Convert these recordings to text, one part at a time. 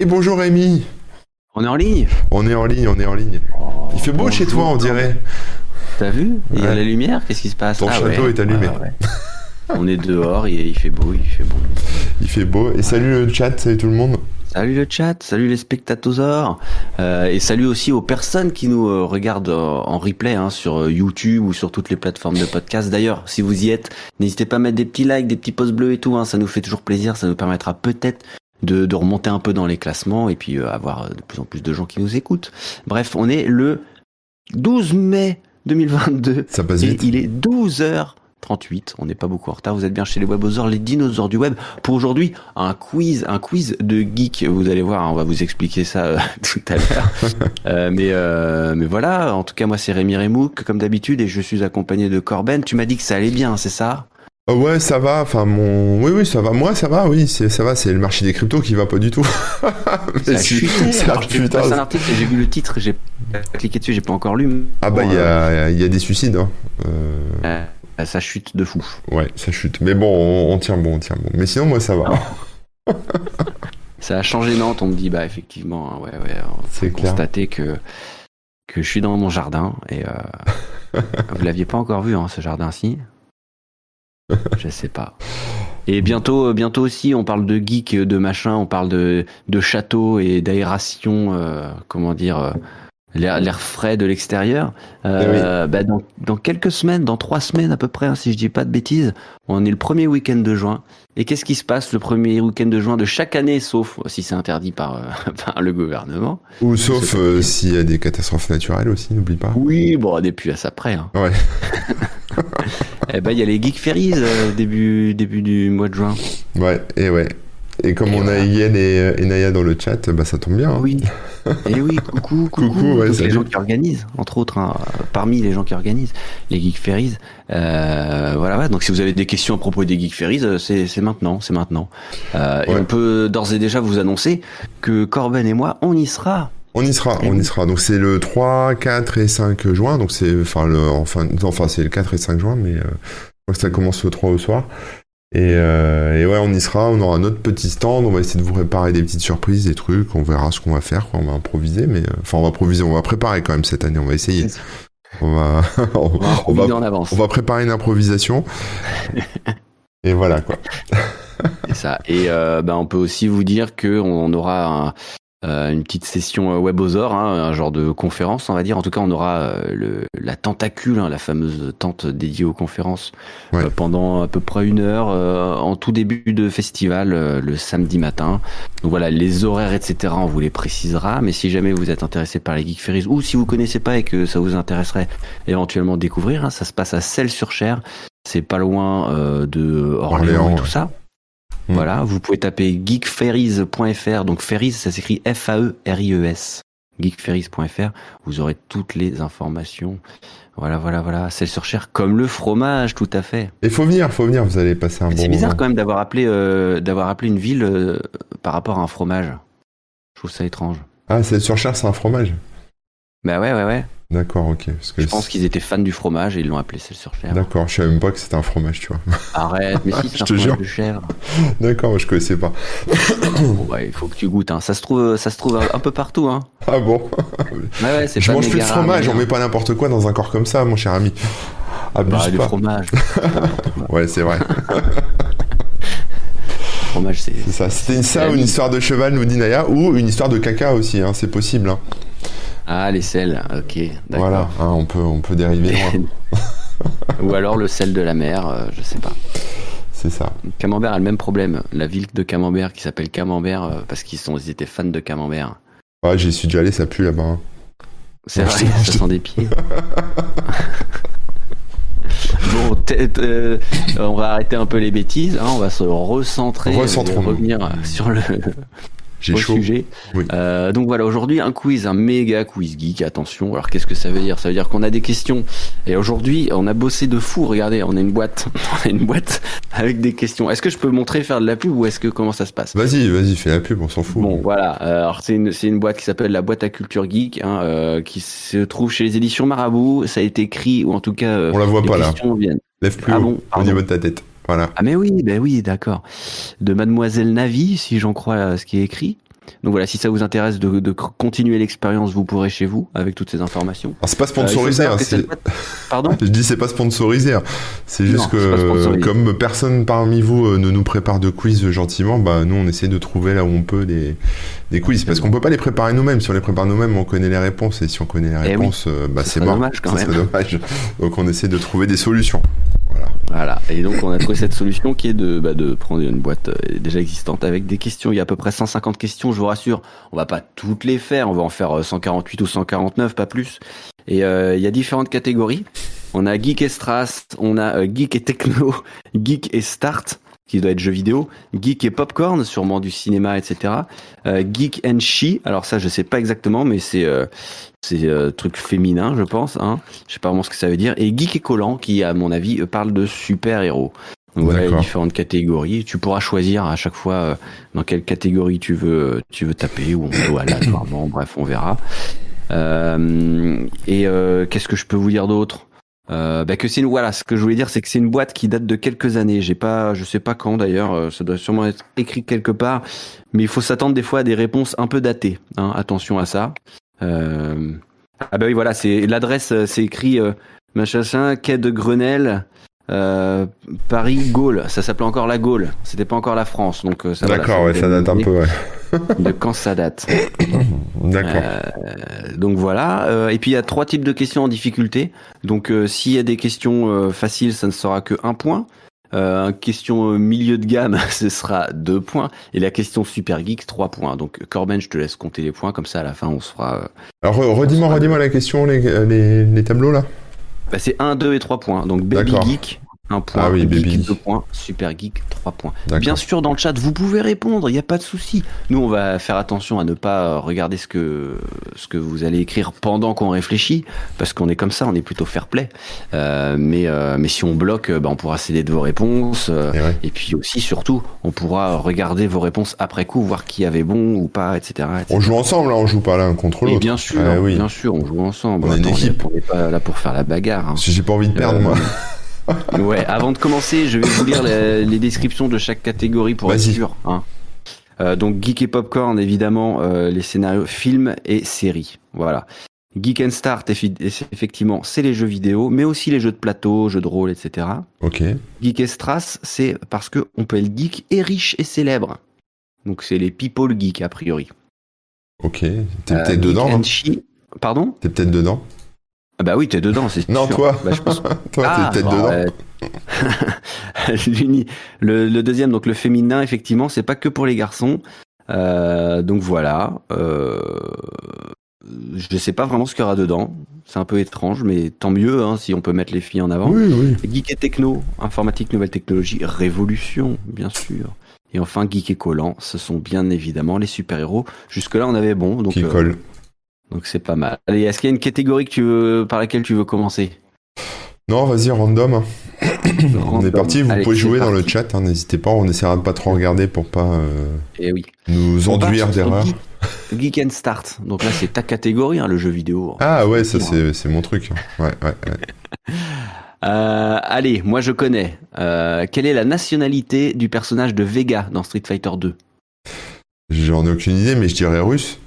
Et bonjour Rémi On est en ligne On est en ligne, on est en ligne. Il fait beau Bonjour. chez toi, on dirait. T'as vu Il y a Ouais. la lumière, qu'est-ce qui se passe Ton Ah château ouais, est allumé. ouais, ouais. On est dehors, il, il fait beau, il fait bon. Il fait beau. Et salut le chat, salut tout le monde. Salut le chat, salut les spectatosaures, euh, et salut aussi aux personnes qui nous euh, regardent euh, en replay hein, sur euh, YouTube ou sur toutes les plateformes de podcast. D'ailleurs, si vous y êtes, n'hésitez pas à mettre des petits likes, des petits pouces bleus et tout, hein, ça nous fait toujours plaisir, ça nous permettra peut-être de, de remonter un peu dans les classements et puis euh, avoir euh, de plus en plus de gens qui nous écoutent. Bref, on est le 12 mai 2022. Ça passe Et vite. il est 12h38, on n'est pas beaucoup en retard, vous êtes bien chez les webosaures, les dinosaures du web. Pour aujourd'hui, un quiz, un quiz de geek, vous allez voir, hein, on va vous expliquer ça euh, tout à l'heure. Euh, mais, euh, mais voilà, en tout cas moi c'est Rémi Remouk, comme d'habitude, et je suis accompagné de Corben. Tu m'as dit que ça allait bien, c'est ça Oh ouais, ça va. Enfin, mon. Oui, oui, ça va. Moi, ça va, oui, c'est- ça va. C'est le marché des cryptos qui va pas du tout. Mais Ça hein. a si- chuté. ça a Alors, j'ai vu putain, passer Bah, un article, j'ai vu le titre, j'ai pas cliqué dessus, j'ai pas encore lu. Ah bah, Bon, il y, a, il y a des suicides. Hein. Euh, euh, euh, ça chute de fou. ouais, ça chute. Mais bon, on, on tient bon, on tient bon. Mais sinon, moi, ça va. Ah, Ça a changé Nantes, on me dit, bah effectivement, hein, ouais, ouais, on C'est peut clair. constater que, que je suis dans mon jardin et euh, vous l'aviez pas encore vu, hein, ce jardin-ci Je sais pas. Et bientôt, euh, bientôt aussi, on parle de geek, euh, de machin, on parle de, de château et d'aération, euh, comment dire, euh, l'air l'air frais de l'extérieur. Euh, Eh bah, dans, dans quelques semaines, dans trois semaines à peu près, hein, si je dis pas de bêtises, on est le premier week-end de juin. Et qu'est-ce qui se passe le premier week-end de juin de chaque année, sauf si c'est interdit par, euh, par le gouvernement Ou sauf euh, s'il y a des catastrophes naturelles aussi, n'oublie pas. Oui, bon, des puis à ça près. Hein. Ouais. eh ben, il y a les Geek Ferries euh, début, début du mois de juin. Ouais, et ouais. Et comme Et on a voilà. Yen et, euh, et Naya dans le chat, bah ça tombe bien. hein. Oui. Et Eh oui, coucou, coucou. Coucou, ouais, Tous salut. les gens qui organisent, entre autres, hein, euh, parmi les gens qui organisent les Geek Ferries. Euh, voilà, ouais, donc si vous avez des questions à propos des Geek Ferries, euh, c'est c'est maintenant, c'est maintenant. Euh, Et Ouais. on peut d'ores et déjà vous annoncer que Corben et moi, on y sera. On y sera, Et on y oui. sera. Donc c'est le 3, 4 et 5 juin. Donc c'est enfin le enfin non, enfin c'est le 4 et 5 juin, mais euh, je crois que ça commence le 3 au soir. Et, euh, et ouais, on y sera. On aura notre petit stand. On va essayer de vous préparer des petites surprises, des trucs. On verra ce qu'on va faire. Quoi. On va improviser, mais euh, enfin on va improviser. On va préparer quand même cette année. On va essayer. C'est ça. On va on, on On va est en avance. on va préparer une improvisation. et voilà quoi. C'est ça. Et euh, ben, on peut aussi vous dire que on aura un- euh, une petite session euh, Webosaur, hein, un genre de conférence, on va dire. En tout cas, on aura euh, le, la tentacule, hein, la fameuse tente dédiée aux conférences, Ouais. euh, pendant à peu près une heure, euh, en tout début de festival, euh, le samedi matin. Donc voilà, les horaires, etc., on vous les précisera. Mais si jamais vous êtes intéressé par les Geek Ferries, ou si vous connaissez pas et que ça vous intéresserait éventuellement de découvrir, hein, ça se passe à Celles-sur-Cher. C'est pas loin euh, de Orléans, Orléans, et ouais. tout ça. Mm. Voilà, vous pouvez taper geekferries.fr. Donc Ferries, ça s'écrit E F-A-E-R-I-E-S. Geekferries.fr. Vous aurez toutes les informations. Voilà, voilà, voilà. Celles sur chair comme le fromage, tout à fait. Et faut venir, faut venir. Vous allez passer un bon C'est bizarre moment. quand même d'avoir appelé, euh, d'avoir appelé une ville euh, par rapport à un fromage. Je trouve ça étrange. Ah, c'est surcharge, c'est un fromage. Bah ouais, ouais, ouais. D'accord, ok. Parce que Je pense qu'ils étaient fans du fromage et ils l'ont appelé celle sur chair. D'accord, je savais même pas que c'était un fromage, tu vois. Arrête, mais si, Je c'est un te fromage jure. de chèvre. D'accord, je connaissais pas. Bon, bah, il faut que tu goûtes. Hein. Ça se trouve, ça se trouve un peu partout. Hein. Ah bon Ouais, ouais, c'est Je pas mange plus de méga rare, fromage, mais- on met pas n'importe quoi dans un corps comme ça, mon cher ami. Bah, Abuse le pas. fromage. Ouais, c'est vrai. Le fromage, c'est. C'est ça. C'était ça la ou une vie. histoire de cheval, nous dit Naya, ou une histoire de caca aussi, hein, c'est possible. hein. Ah, les sels, ok, Voilà, d'accord. hein, on, peut, on peut dériver loin. Ou alors le sel de la mer, euh, je sais pas. C'est ça. Camembert a le même problème. La ville de Camembert qui s'appelle Camembert euh, parce qu'ils sont, ils étaient fans de Camembert. Ouais, j'y suis déjà allé, ça pue là-bas. hein. C'est Ouais, vrai, je te- ça sent des pieds. bon, t'es- t'es- euh, on va arrêter un peu les bêtises. hein, on va se recentrer, Recentrons-nous. euh, revenir sur le, J'ai au chaud. sujet. Oui. Euh, donc voilà, aujourd'hui un quiz, un méga quiz geek. Attention, alors qu'est-ce que ça veut dire Ça veut dire qu'on a des questions. Et aujourd'hui, on a bossé de fou. Regardez, on a une boîte, on a une boîte avec des questions. Est-ce que je peux montrer faire de la pub ou est-ce que comment ça se passe Vas-y, vas-y, fais la pub, on s'en fout. Bon, voilà. Euh, Alors c'est une c'est une boîte qui s'appelle la boîte à culture geek, hein, euh, qui se trouve chez les éditions Marabout. Ça a été écrit ou en tout cas. euh, On la voit les pas là. questions viennent. Lève plus Ah haut, bon, au pardon. niveau de ta tête. Voilà. Ah mais oui, ben oui, d'accord. De Mademoiselle Navi, si j'en crois euh, ce qui est écrit. Donc voilà, si ça vous intéresse de, de cr- continuer l'expérience, vous pourrez chez vous avec toutes ces informations. Alors, c'est pas Euh, il faut sponsorisé. savoir hein, que c'est- cette boîte- Pardon Je dis c'est pas sponsorisé, hein. c'est juste Non, que c'est pas euh, sponsorisé. comme personne parmi vous euh, ne nous prépare de quiz euh, gentiment, bah nous on essaie de trouver là où on peut des, des quiz parce qu'on peut pas les préparer nous-mêmes. Si on les prépare nous-mêmes, on connaît les réponses et si on connaît les Eh oui. réponses, euh, bah Ce c'est serait mort. dommage, quand Ça même. serait dommage. Donc on essaie de trouver des solutions. Voilà. Et donc on a trouvé cette solution qui est de, bah, de prendre une boîte euh, déjà existante avec des questions. Il y a à peu près 150 questions, je vous rassure. On va pas toutes les faire, on va en faire euh, 148 ou 149, pas plus. Et euh, il y a différentes catégories. On a geek et strass, on a euh, geek et techno, geek et start qui doit être jeux vidéo, geek et popcorn, sûrement du cinéma, etc. Euh, geek and she, alors ça je sais pas exactement, mais c'est euh, c'est euh, truc féminin, je pense. Hein. Je sais pas vraiment ce que ça veut dire. Et Geek et Collant, qui à mon avis euh, parle de super héros. Donc voilà les D'accord. différentes catégories. Tu pourras choisir à chaque fois euh, dans quelle catégorie tu veux euh, tu veux taper ou on ou aléatoirement. bref, on verra. Euh, et euh, qu'est-ce que je peux vous dire d'autre euh, bah que c'est une voilà ce que je voulais dire c'est que c'est une boîte qui date de quelques années j'ai pas je sais pas quand d'ailleurs euh, ça doit sûrement être écrit quelque part mais il faut s'attendre des fois à des réponses un peu datées hein, attention à ça euh, ah bah oui, voilà, c'est l'adresse, euh, c'est écrit euh, machin, machin, quai de Grenelle, euh, Paris, Gaule. Ça s'appelait encore la Gaule. C'était pas encore la France, donc euh, ça. voilà, D'accord, ouais, vous ça donne date un une idée peu. Ouais. De quand ça date. D'accord. Euh, donc voilà. euh, et puis il y a trois types de questions en difficulté. Donc euh, s'il y a des questions euh, faciles, ça ne sera que un point. Euh, question euh, milieu de gamme, ce sera deux points. Et la question super geek, trois points. Donc Corben, je te laisse compter les points, comme ça à la fin on se fera. euh, Alors euh, redis-moi, redis-moi la question, les, euh, les, les tableaux là. Bah, c'est 1, 2 et 3 points. Donc Baby D'accord. Geek, 1 point. Ah oui, Geek, Baby 2 Geek. points. Super Geek, 3 points. D'accord. Bien sûr, dans le chat, vous pouvez répondre, il n'y a pas de souci. Nous, on va faire attention à ne pas euh, regarder ce que, ce que vous allez écrire pendant qu'on réfléchit, parce qu'on est comme ça, on est plutôt fair play. Euh, mais, euh, mais si on bloque, euh, bah, on pourra céder de vos réponses. euh, Et Eh ouais. et puis aussi, surtout, on pourra regarder vos réponses après coup, voir qui avait bon ou pas, etc. etc. On joue ensemble, là, on joue pas l'un contre Et l'autre. bien sûr, Ah oui. bien sûr, on joue ensemble. On est une Attends, équipe. On n'est pas là pour faire la bagarre. hein. Parce que J'ai pas envie de perdre Euh, moi. Ouais, avant de commencer, je vais vous lire les, les descriptions de chaque catégorie pour être Vas-y. sûr. hein. Euh, donc Geek et Popcorn, évidemment, euh, les scénarios films et séries. Voilà. Geek and Start, effi- effectivement, c'est les jeux vidéo, mais aussi les jeux de plateau, jeux de rôle, etc. Ok. Geek et Strass, c'est parce que on peut être geek et riche et célèbre. Donc c'est les people geek, a priori. Ok. T'es Euh, peut-être Geek dedans. and hein. Chi- Pardon T'es peut-être dedans. ah Bah oui, t'es dedans, c'est Non, sûr. toi. Bah, je pense- Toi, Ah, t'es peut-être bon, dedans. euh, l'uni- le, le deuxième, donc le féminin, effectivement, c'est pas que pour les garçons. Euh, donc voilà. Euh, je sais pas vraiment ce qu'il y aura dedans. C'est un peu étrange, mais tant mieux hein, si on peut mettre les filles en avant. Oui, oui. Geek et techno, informatique, nouvelle technologie, révolution, bien sûr. Et enfin, geek et collant, ce sont bien évidemment les super-héros. Jusque-là, on avait bon, donc qui euh, colle. donc c'est pas mal. Allez, est-ce qu'il y a une catégorie que tu veux, par laquelle tu veux commencer Non, vas-y, random. On est Random. parti, vous Allez, pouvez c'est jouer dans parti. le chat, hein, n'hésitez pas, on essaiera de pas trop regarder pour pas euh, Eh oui. nous On part enduire sur d'erreurs. Geek, Geek and Start. Donc là, c'est ta catégorie, hein, le jeu vidéo. Ah ouais, ça c'est c'est mon truc. hein. Ouais, ouais, ouais. Euh, allez, moi je connais. Euh, quelle est la nationalité du personnage de Vega dans Street Fighter 2 J'en ai aucune idée, mais je dirais russe.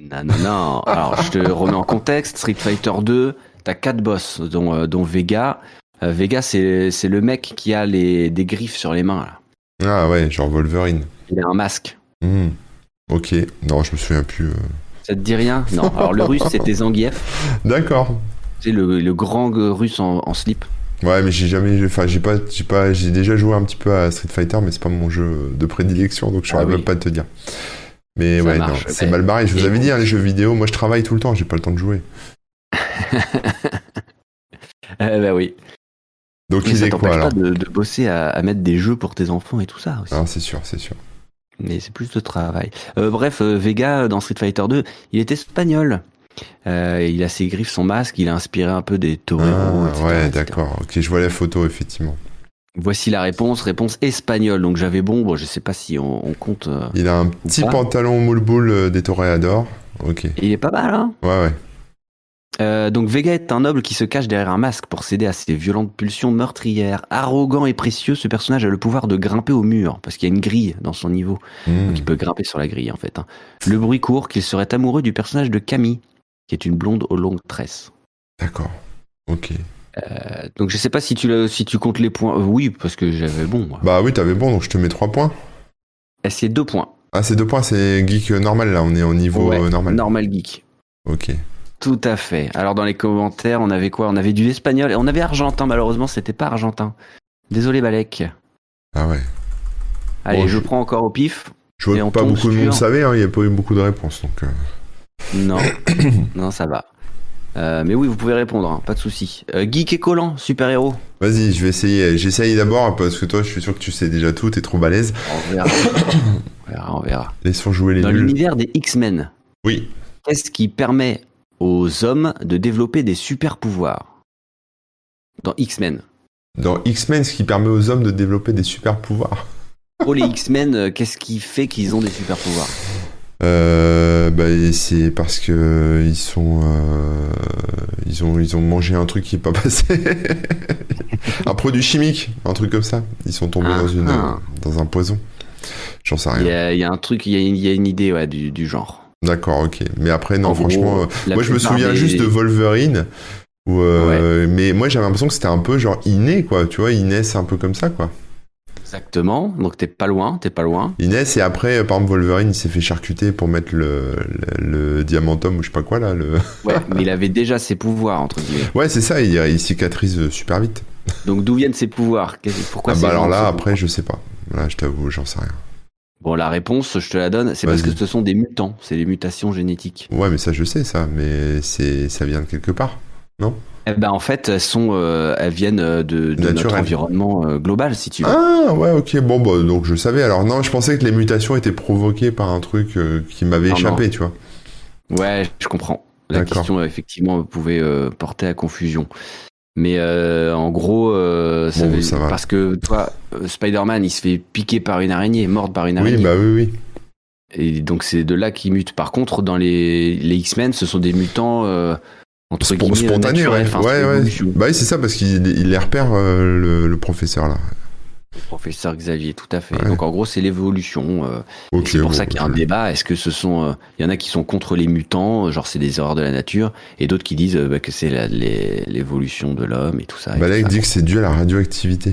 Non, non, non. Alors, je te remets en contexte. Street Fighter 2, t'as quatre boss, dont, euh, dont Vega. Euh, Vega, c'est c'est le mec qui a les, des griffes sur les mains. Là. Ah ouais, genre Wolverine. Il a un masque. Hmm. Ok, non, je me souviens plus. euh. Ça te dit rien Non. Alors, le russe, c'était Zangief. D'accord. C'est le, le grand euh, russe en, en slip. Ouais, mais j'ai jamais, enfin, j'ai pas, j'ai pas, j'ai déjà joué un petit peu à Street Fighter, mais c'est pas mon jeu de prédilection, donc je saurais Ah oui. même pas te dire. Mais Ça ouais, non, marche, c'est ouais. mal barré. Je vous Et avais bon. dit, hein, les jeux vidéo, moi je travaille tout le temps, j'ai pas le temps de jouer. Eh ben oui. Donc Mais il ça est quoi t'empêche pas alors de, de bosser à, à mettre des jeux pour tes enfants et tout ça aussi. Ah, c'est sûr, c'est sûr. Mais c'est plus de travail. Euh, bref, euh, Vega dans Street Fighter 2, il est espagnol. Euh, il a ses griffes, son masque, il a inspiré un peu des toreros. Ah, etc., ouais, etc. d'accord. Ok, je vois la photo, effectivement. Voici la réponse, réponse espagnole. Donc j'avais bon, bon, je sais pas si on, on compte. euh. Il a un petit pas. pantalon moule boule euh, des toréadors. Ok. Il est pas mal, hein Ouais, ouais. Euh, donc Vega est un noble qui se cache derrière un masque pour céder à ses violentes pulsions meurtrières. Arrogant et précieux, ce personnage a le pouvoir de grimper au mur, parce qu'il y a une grille dans son niveau, Hmm. donc il peut grimper sur la grille en fait. hein. Le bruit court qu'il serait amoureux du personnage de Camille, qui est une blonde aux longues tresses. D'accord. Ok. Euh, donc je sais pas si tu, l'as- si tu comptes les points. Euh, oui, parce que j'avais bon. moi. Bah oui, t'avais bon, donc je te mets 3 points. Eh, C'est deux points. Ah, c'est 2 points, c'est geek euh, normal là, on est au niveau Ouais, euh, normal. Normal geek. Ok. Tout à fait. Alors dans les commentaires, on avait quoi On avait du espagnol et on avait argentin. Malheureusement, c'était pas argentin. Désolé Balek. Ah ouais. Allez, Bon, je je- prends encore au pif. Je Et vois on que pas tombe beaucoup de monde sur- savait, hein, il n'y a pas eu beaucoup de réponses. Donc, euh, Non, non, ça va. Euh, mais oui, vous pouvez répondre, hein, pas de souci. Euh, geek et collant, super héros. Vas-y, je vais essayer. J'essaye d'abord parce que toi, je suis sûr que tu sais déjà tout, t'es trop balèze. On verra. on verra, on verra. Laissons jouer les Dans nuls. l'univers des X-Men, Oui. qu'est-ce qui permet aux hommes de développer des super pouvoirs Dans X-Men. Dans X-Men, ce qui permet aux hommes de développer des super pouvoirs. Oh les X-Men, euh, qu'est-ce qui fait qu'ils ont des super pouvoirs Euh, bah, et c'est parce que euh, ils sont, euh, ils ont, ils ont mangé un truc qui est pas passé, un produit chimique, un truc comme ça. Ils sont tombés Ah, dans une, euh, ah. dans un poison. J'en sais rien. Il y, a- il y a un truc, il y, a une- il y a une idée ouais, du, du genre. D'accord, ok. Mais après, non, En gros, franchement, euh, la moi je me plupart souviens des- juste de Wolverine. Où, euh, Mais moi j'avais l'impression que c'était un peu genre inné, quoi. Tu vois, Inès, c'est un peu comme ça, quoi. Exactement, donc t'es pas loin, t'es pas loin. Inès, et après, euh, par exemple, Wolverine, il s'est fait charcuter pour mettre le, le, le diamantum ou je sais pas quoi, là. Le... Ouais, mais il avait déjà ses pouvoirs, entre guillemets. Ouais, c'est ça, il, il cicatrise euh, super vite. Donc d'où viennent ses pouvoirs Qu'est-ce- Pourquoi ah c'est bah alors vraiment là, ce après, je sais pas. Là, je t'avoue, j'en sais rien. Bon, la réponse, je te la donne, c'est parce Vas-y. que ce sont des mutants, c'est des mutations génétiques. Ouais, mais ça, je sais, ça. Mais c'est ça vient de quelque part. Eh ben, en fait, elles, sont, euh, elles viennent euh, de, de notre Naturel. environnement euh, global, si tu veux. Ah, ouais, ok. Bon, bah, donc je savais. Alors, non, je pensais que les mutations étaient provoquées par un truc euh, qui m'avait Non, échappé, tu vois. ouais, je comprends. La Ah. D'accord. question, euh, effectivement, pouvait euh, porter à confusion. Mais euh, en gros, euh, ça Bon, veut- ça va. parce que toi, euh, Spider-Man, il se fait piquer par une araignée, mordre par une araignée. Oui, bah oui, oui. Et donc, c'est de là qu'il mute. Par contre, dans les, les X-Men, ce sont des mutants, euh, entre Spon- guillemets, spontané, naturels. ouais. Enfin, c'est ouais, ouais. l'évolution. Bah oui, c'est ça, parce qu'il il les repère, euh, le, le professeur, là. Professeur Xavier, tout à fait. Ouais. Donc en gros, c'est l'évolution. euh, et Ok, c'est pour bon, ça qu'il y a un je- débat. Est-ce que ce sont, euh, il y en a qui sont contre les mutants, euh, genre c'est des erreurs de la nature, et d'autres qui disent euh, bah, que c'est la- les- l'évolution de l'homme et tout ça. et tout Balek ça. Bah dit que c'est dû à la radioactivité.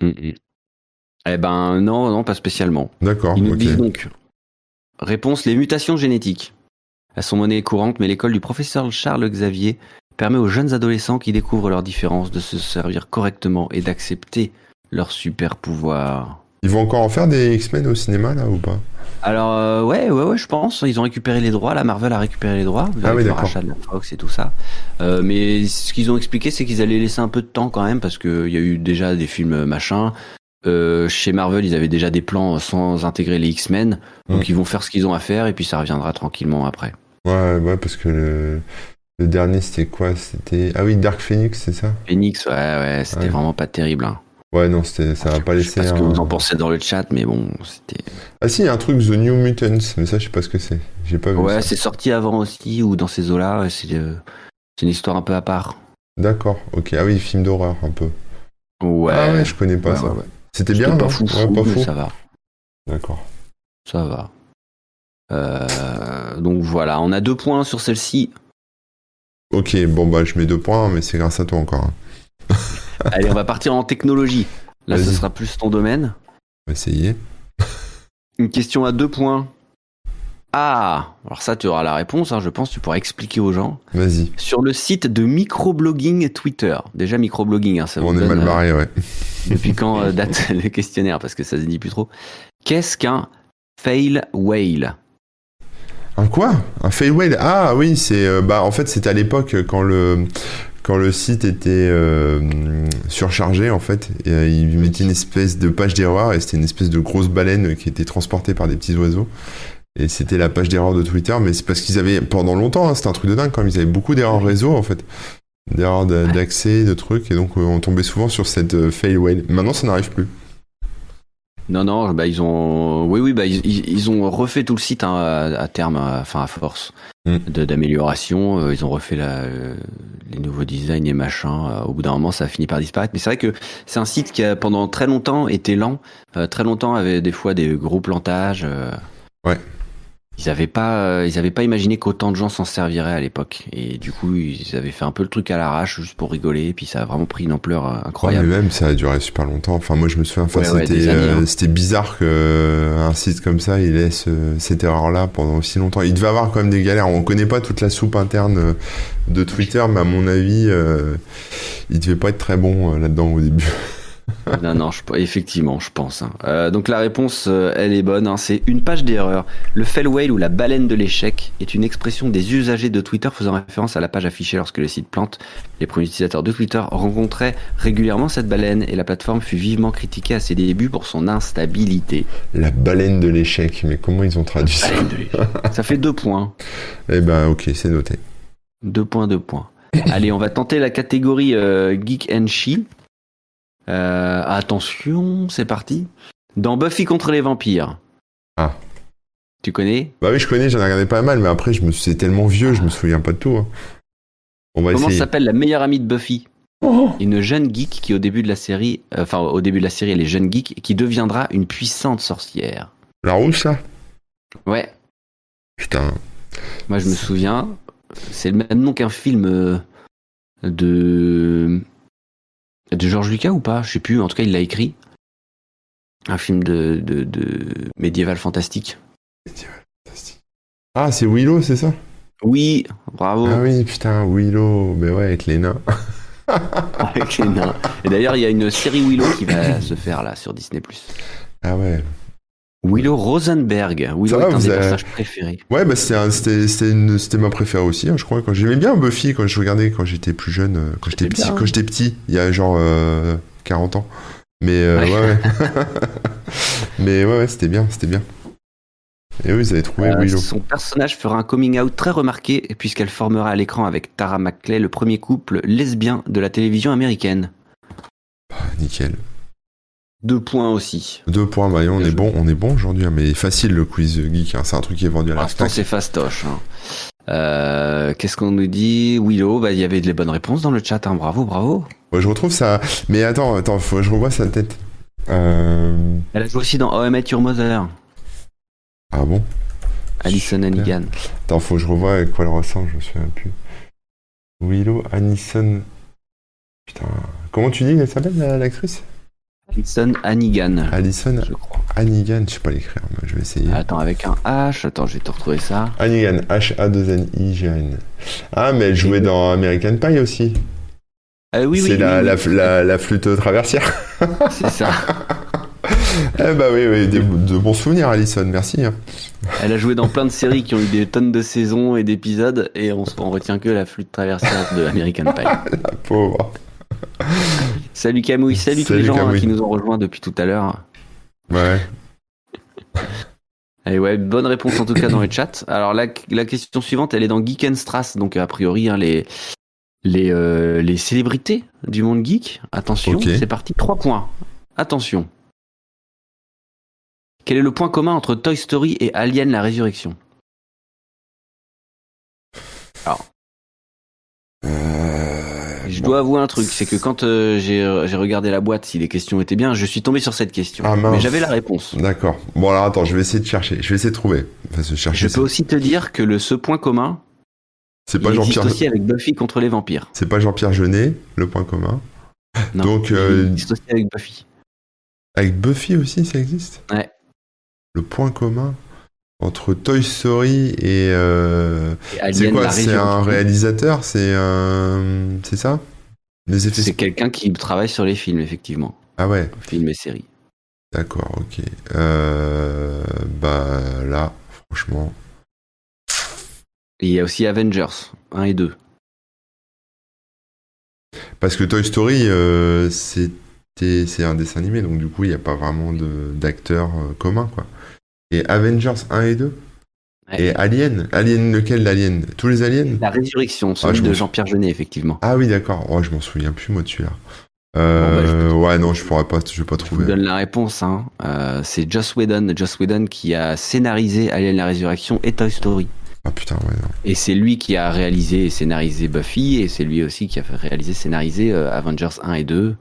Mm, mm. Eh ben non, non, pas spécialement. D'accord, Ils nous Ah, ok. disent donc. Réponse les mutations génétiques. Elles sont monnaie courante, mais l'école du professeur Charles Xavier permet aux jeunes adolescents qui découvrent leurs différences de se servir correctement et d'accepter leurs super pouvoirs. Ils vont encore en faire des X-Men au cinéma, là, ou pas Alors euh, ouais, ouais, ouais, je pense. Ils ont récupéré les droits. La Marvel a récupéré les droits. Ah oui, avec le d'accord. rachat de la Fox et tout ça. Euh, mais ce qu'ils ont expliqué, c'est qu'ils allaient laisser un peu de temps quand même parce qu'il y a eu déjà des films euh, machin. Euh, chez Marvel, ils avaient déjà des plans sans intégrer les X-Men. Donc Mm. ils vont faire ce qu'ils ont à faire et puis ça reviendra tranquillement après. Ouais, ouais, parce que le, le dernier, c'était quoi C'était. Ah oui, Dark Phoenix, c'est ça Phoenix, ouais, ouais, c'était Ouais. vraiment pas terrible. Hein. Ouais, non, c'était... ça va pas Je laisser. sais pas ce que un- vous en pensez dans le chat, mais bon, c'était. Ah si, il y a un truc, The New Mutants, mais ça, je sais pas ce que c'est. J'ai pas vu. Ouais, ça. c'est sorti avant aussi ou dans ces eaux-là. ouais, C'est euh, c'est une histoire un peu à part. D'accord, ok. Ah oui, film d'horreur, un peu. Ouais. ah ouais, je connais pas ouais, ça. ouais, ouais. C'était C'était bien, pas non fou, Ouais, pas mais fou. ça va. D'accord. Ça va. Euh, donc voilà, on a deux points sur celle-ci. Ok, bon, bah, je mets deux points, mais c'est grâce à toi encore. hein. Allez, on va partir en technologie. Là, ce Vas-y. sera plus ton domaine. On va essayer. Une question à deux points. Ah, alors ça, tu auras la réponse, hein, je pense, tu pourras expliquer aux gens. Vas-y. Sur le site de microblogging Twitter. Déjà, microblogging, hein, ça vous On est donne, mal euh, barré, ouais. depuis quand euh, date le questionnaire, parce que ça se dit plus trop. Qu'est-ce qu'un fail whale Un quoi Un failwell Ah oui, c'est euh, bah en fait c'était à l'époque euh, quand le quand le site était euh, surchargé en fait, et, euh, il mettait une espèce de page d'erreur et c'était une espèce de grosse baleine euh, qui était transportée par des petits oiseaux. Et c'était la page d'erreur de Twitter, mais c'est parce qu'ils avaient pendant longtemps, hein, c'était un truc de dingue quand même, ils avaient beaucoup d'erreurs réseau en fait, d'erreurs d'a- d'accès, de trucs, et donc euh, on tombait souvent sur cette euh, fail whale. Maintenant ça n'arrive plus. Non, non, bah, ils ont, oui, oui, bah, ils, ils- ils ont refait tout le site hein, à, à terme, à- enfin à force Mm. de- d'amélioration. Euh, Ils ont refait la, euh, les nouveaux designs et machin. Euh, Au bout d'un moment, ça a fini par disparaître. Mais c'est vrai que c'est un site qui a pendant très longtemps été lent, euh, très longtemps avait des fois des gros plantages. euh. Ouais. Ils avaient pas, euh, ils avaient pas imaginé qu'autant de gens s'en serviraient à l'époque. Et du coup, ils avaient fait un peu le truc à l'arrache juste pour rigoler. Et puis ça a vraiment pris une ampleur euh, Ouais, incroyable. mais même ça a duré super longtemps. Enfin, moi je me souviens, enfin, Ouais, ouais, c'était des années, euh, hein. c'était bizarre qu'un site comme ça il laisse euh, cette erreur-là pendant aussi longtemps. Il devait avoir quand même des galères. On connaît pas toute la soupe interne euh, de Twitter, mais à mon avis, euh, il devait pas être très bon euh, là-dedans au début. Non, non, je- effectivement, je pense. hein. Euh, donc la réponse, euh, elle est bonne. hein. C'est une page d'erreur. Le fail whale ou la baleine de l'échec est une expression des usagers de Twitter faisant référence à la page affichée lorsque le site plante. Les premiers utilisateurs de Twitter rencontraient régulièrement cette baleine et la plateforme fut vivement critiquée à ses débuts pour son instabilité. La baleine de l'échec. Mais comment ils ont traduit ça Baleine de l'échec. Ça fait deux points. Eh ben, ok, c'est noté. Deux points, deux points. Allez, on va tenter la catégorie euh, Geek and She. Euh, attention, c'est parti. Dans Buffy contre les vampires. Ah. Tu connais Bah oui, je connais, j'en ai regardé pas mal, mais après, je me suis... c'est tellement vieux, je me souviens pas de tout. hein. On va Comment essayer. s'appelle la meilleure amie de Buffy Une jeune geek qui, au début de la série, euh, enfin, au début de la série, elle est jeune geek et qui deviendra une puissante sorcière. La rousse là Ouais, Putain. moi je me souviens, c'est le même nom qu'un film euh, de. de George Lucas ou pas Je sais plus, en tout cas il l'a écrit. Un film de, de, de médiéval fantastique. Ah, c'est Willow, c'est ça Oui, bravo. Ah oui, putain, Willow, ben ouais, avec les nains. Ah Avec les nains. Et d'ailleurs, il y a une série Willow qui va se faire là sur Disney. Ah ouais. Willow Rosenberg. Willow Ça va, est un vous des avez- personnages préférés. Ouais, bah c'était un- c'était- c'était une- c'était ma préférée aussi, hein, je crois. Quand J'aimais bien Buffy quand je regardais quand j'étais plus jeune, euh, quand j'étais C'était petit, bien. hein. quand j'étais petit, il y a genre euh, 40 ans. Mais euh, Ouais. ouais, ouais. Mais ouais, ouais, c'était bien, c'était bien. Et oui, ils avaient trouvé Euh, Willow. Son personnage fera un coming out très remarqué puisqu'elle formera à l'écran avec Tara McClay le premier couple lesbien de la télévision américaine. Ah, Nickel. Deux points aussi. Deux points, bah, on Bien est joué. bon, on est bon aujourd'hui, hein, mais facile le quiz euh, geek, hein, c'est un truc qui est vendu à la Pour l'instant, Fnac. Ah, c'est fastoche. hein. Euh, Qu'est-ce qu'on nous dit Willow, bah, il y avait des bonnes réponses dans le chat. hein. Bravo, bravo. Ouais, je retrouve ça. Mais attends, attends, faut que je revois sa tête. Euh... Elle a joué aussi dans Oh, I Met Your Mother. Ah bon Alison Super. Hannigan. Attends, faut que je revoie avec quoi elle ressemble, je me souviens plus. Willow Anison. Putain. Comment tu dis elle s'appelle la- l'actrice Alison Hannigan, Alison je crois. Hannigan, je sais pas l'écrire, hein, mais je vais essayer. Attends, avec un H. Attends, je vais te retrouver ça. Hannigan, H-A-2-N-I-G-A-N. Ah, mais elle jouait dans American Pie aussi. Ah oui, oui, C'est oui, la, oui, la, oui, la- la flûte traversière. c'est ça. eh bah oui, oui, des- de bons souvenirs, Alison, merci. hein. Elle a joué dans plein de séries qui ont eu des tonnes de saisons et d'épisodes, et on se- on retient que la flûte traversière de American Pie. La pauvre. Salut Camouille, salut, tous Salut les gens hein, Camouille. qui nous ont rejoints depuis tout à l'heure. Ouais. Et Eh ouais, bonne réponse en tout cas dans le chat. Alors la, la question suivante, elle est dans Geek and Strass, donc a priori hein, les les euh, les célébrités du monde geek. Attention, Ok. c'est parti. Trois points. Attention. Quel est le point commun entre Toy Story et Alien la Résurrection Euh, Je bon. dois avouer un truc, c'est que quand euh, j'ai j'ai regardé la boîte si les questions étaient bien, je suis tombé sur cette question. Ah, mince. Mais j'avais la réponse. D'accord. Bon, alors attends, je vais essayer de chercher. Je vais essayer de trouver. Enfin, se chercher. Je peux aussi te dire que le ce point commun C'est il pas existe Jean-Pierre. aussi avec Buffy contre les vampires. C'est pas Jean-Pierre Jeunet, le point commun. Non, Donc, euh, il existe aussi avec Buffy. Avec Buffy aussi, ça existe Ouais. Le point commun entre Toy Story et. euh, Et C'est Alien la quoi C'est un Résurrection. réalisateur C'est un. C'est ça Les effets. C'est quelqu'un qui travaille sur les films, effectivement. Ah ouais, Films et séries. d'accord, ok. Euh, Bah là, franchement. Et il y a aussi Avengers 1 et 2. Parce que Toy Story, euh, c'était- c'est un dessin animé, donc du coup, il n'y a pas vraiment de- d'acteurs euh, communs, quoi. Et Avengers 1 et 2 Ouais. Et Alien Alien lequel l'Alien Tous les aliens La Résurrection, celui Ah, je de me- Jean-Pierre Jeunet, effectivement. Ah oui, d'accord. Oh, je m'en souviens plus, moi, de celui-là. Euh, ouais, non, je pourrais pas, je vais pas bah, Je vous trouver. donne la réponse. Hein. Euh, c'est Joss Whedon, Joss Whedon qui a scénarisé Alien la Résurrection et Toy Story. Ah putain, ouais. non. Et c'est lui qui a réalisé et scénarisé Buffy, et c'est lui aussi qui a fait réaliser, scénarisé euh, Avengers 1 et 2,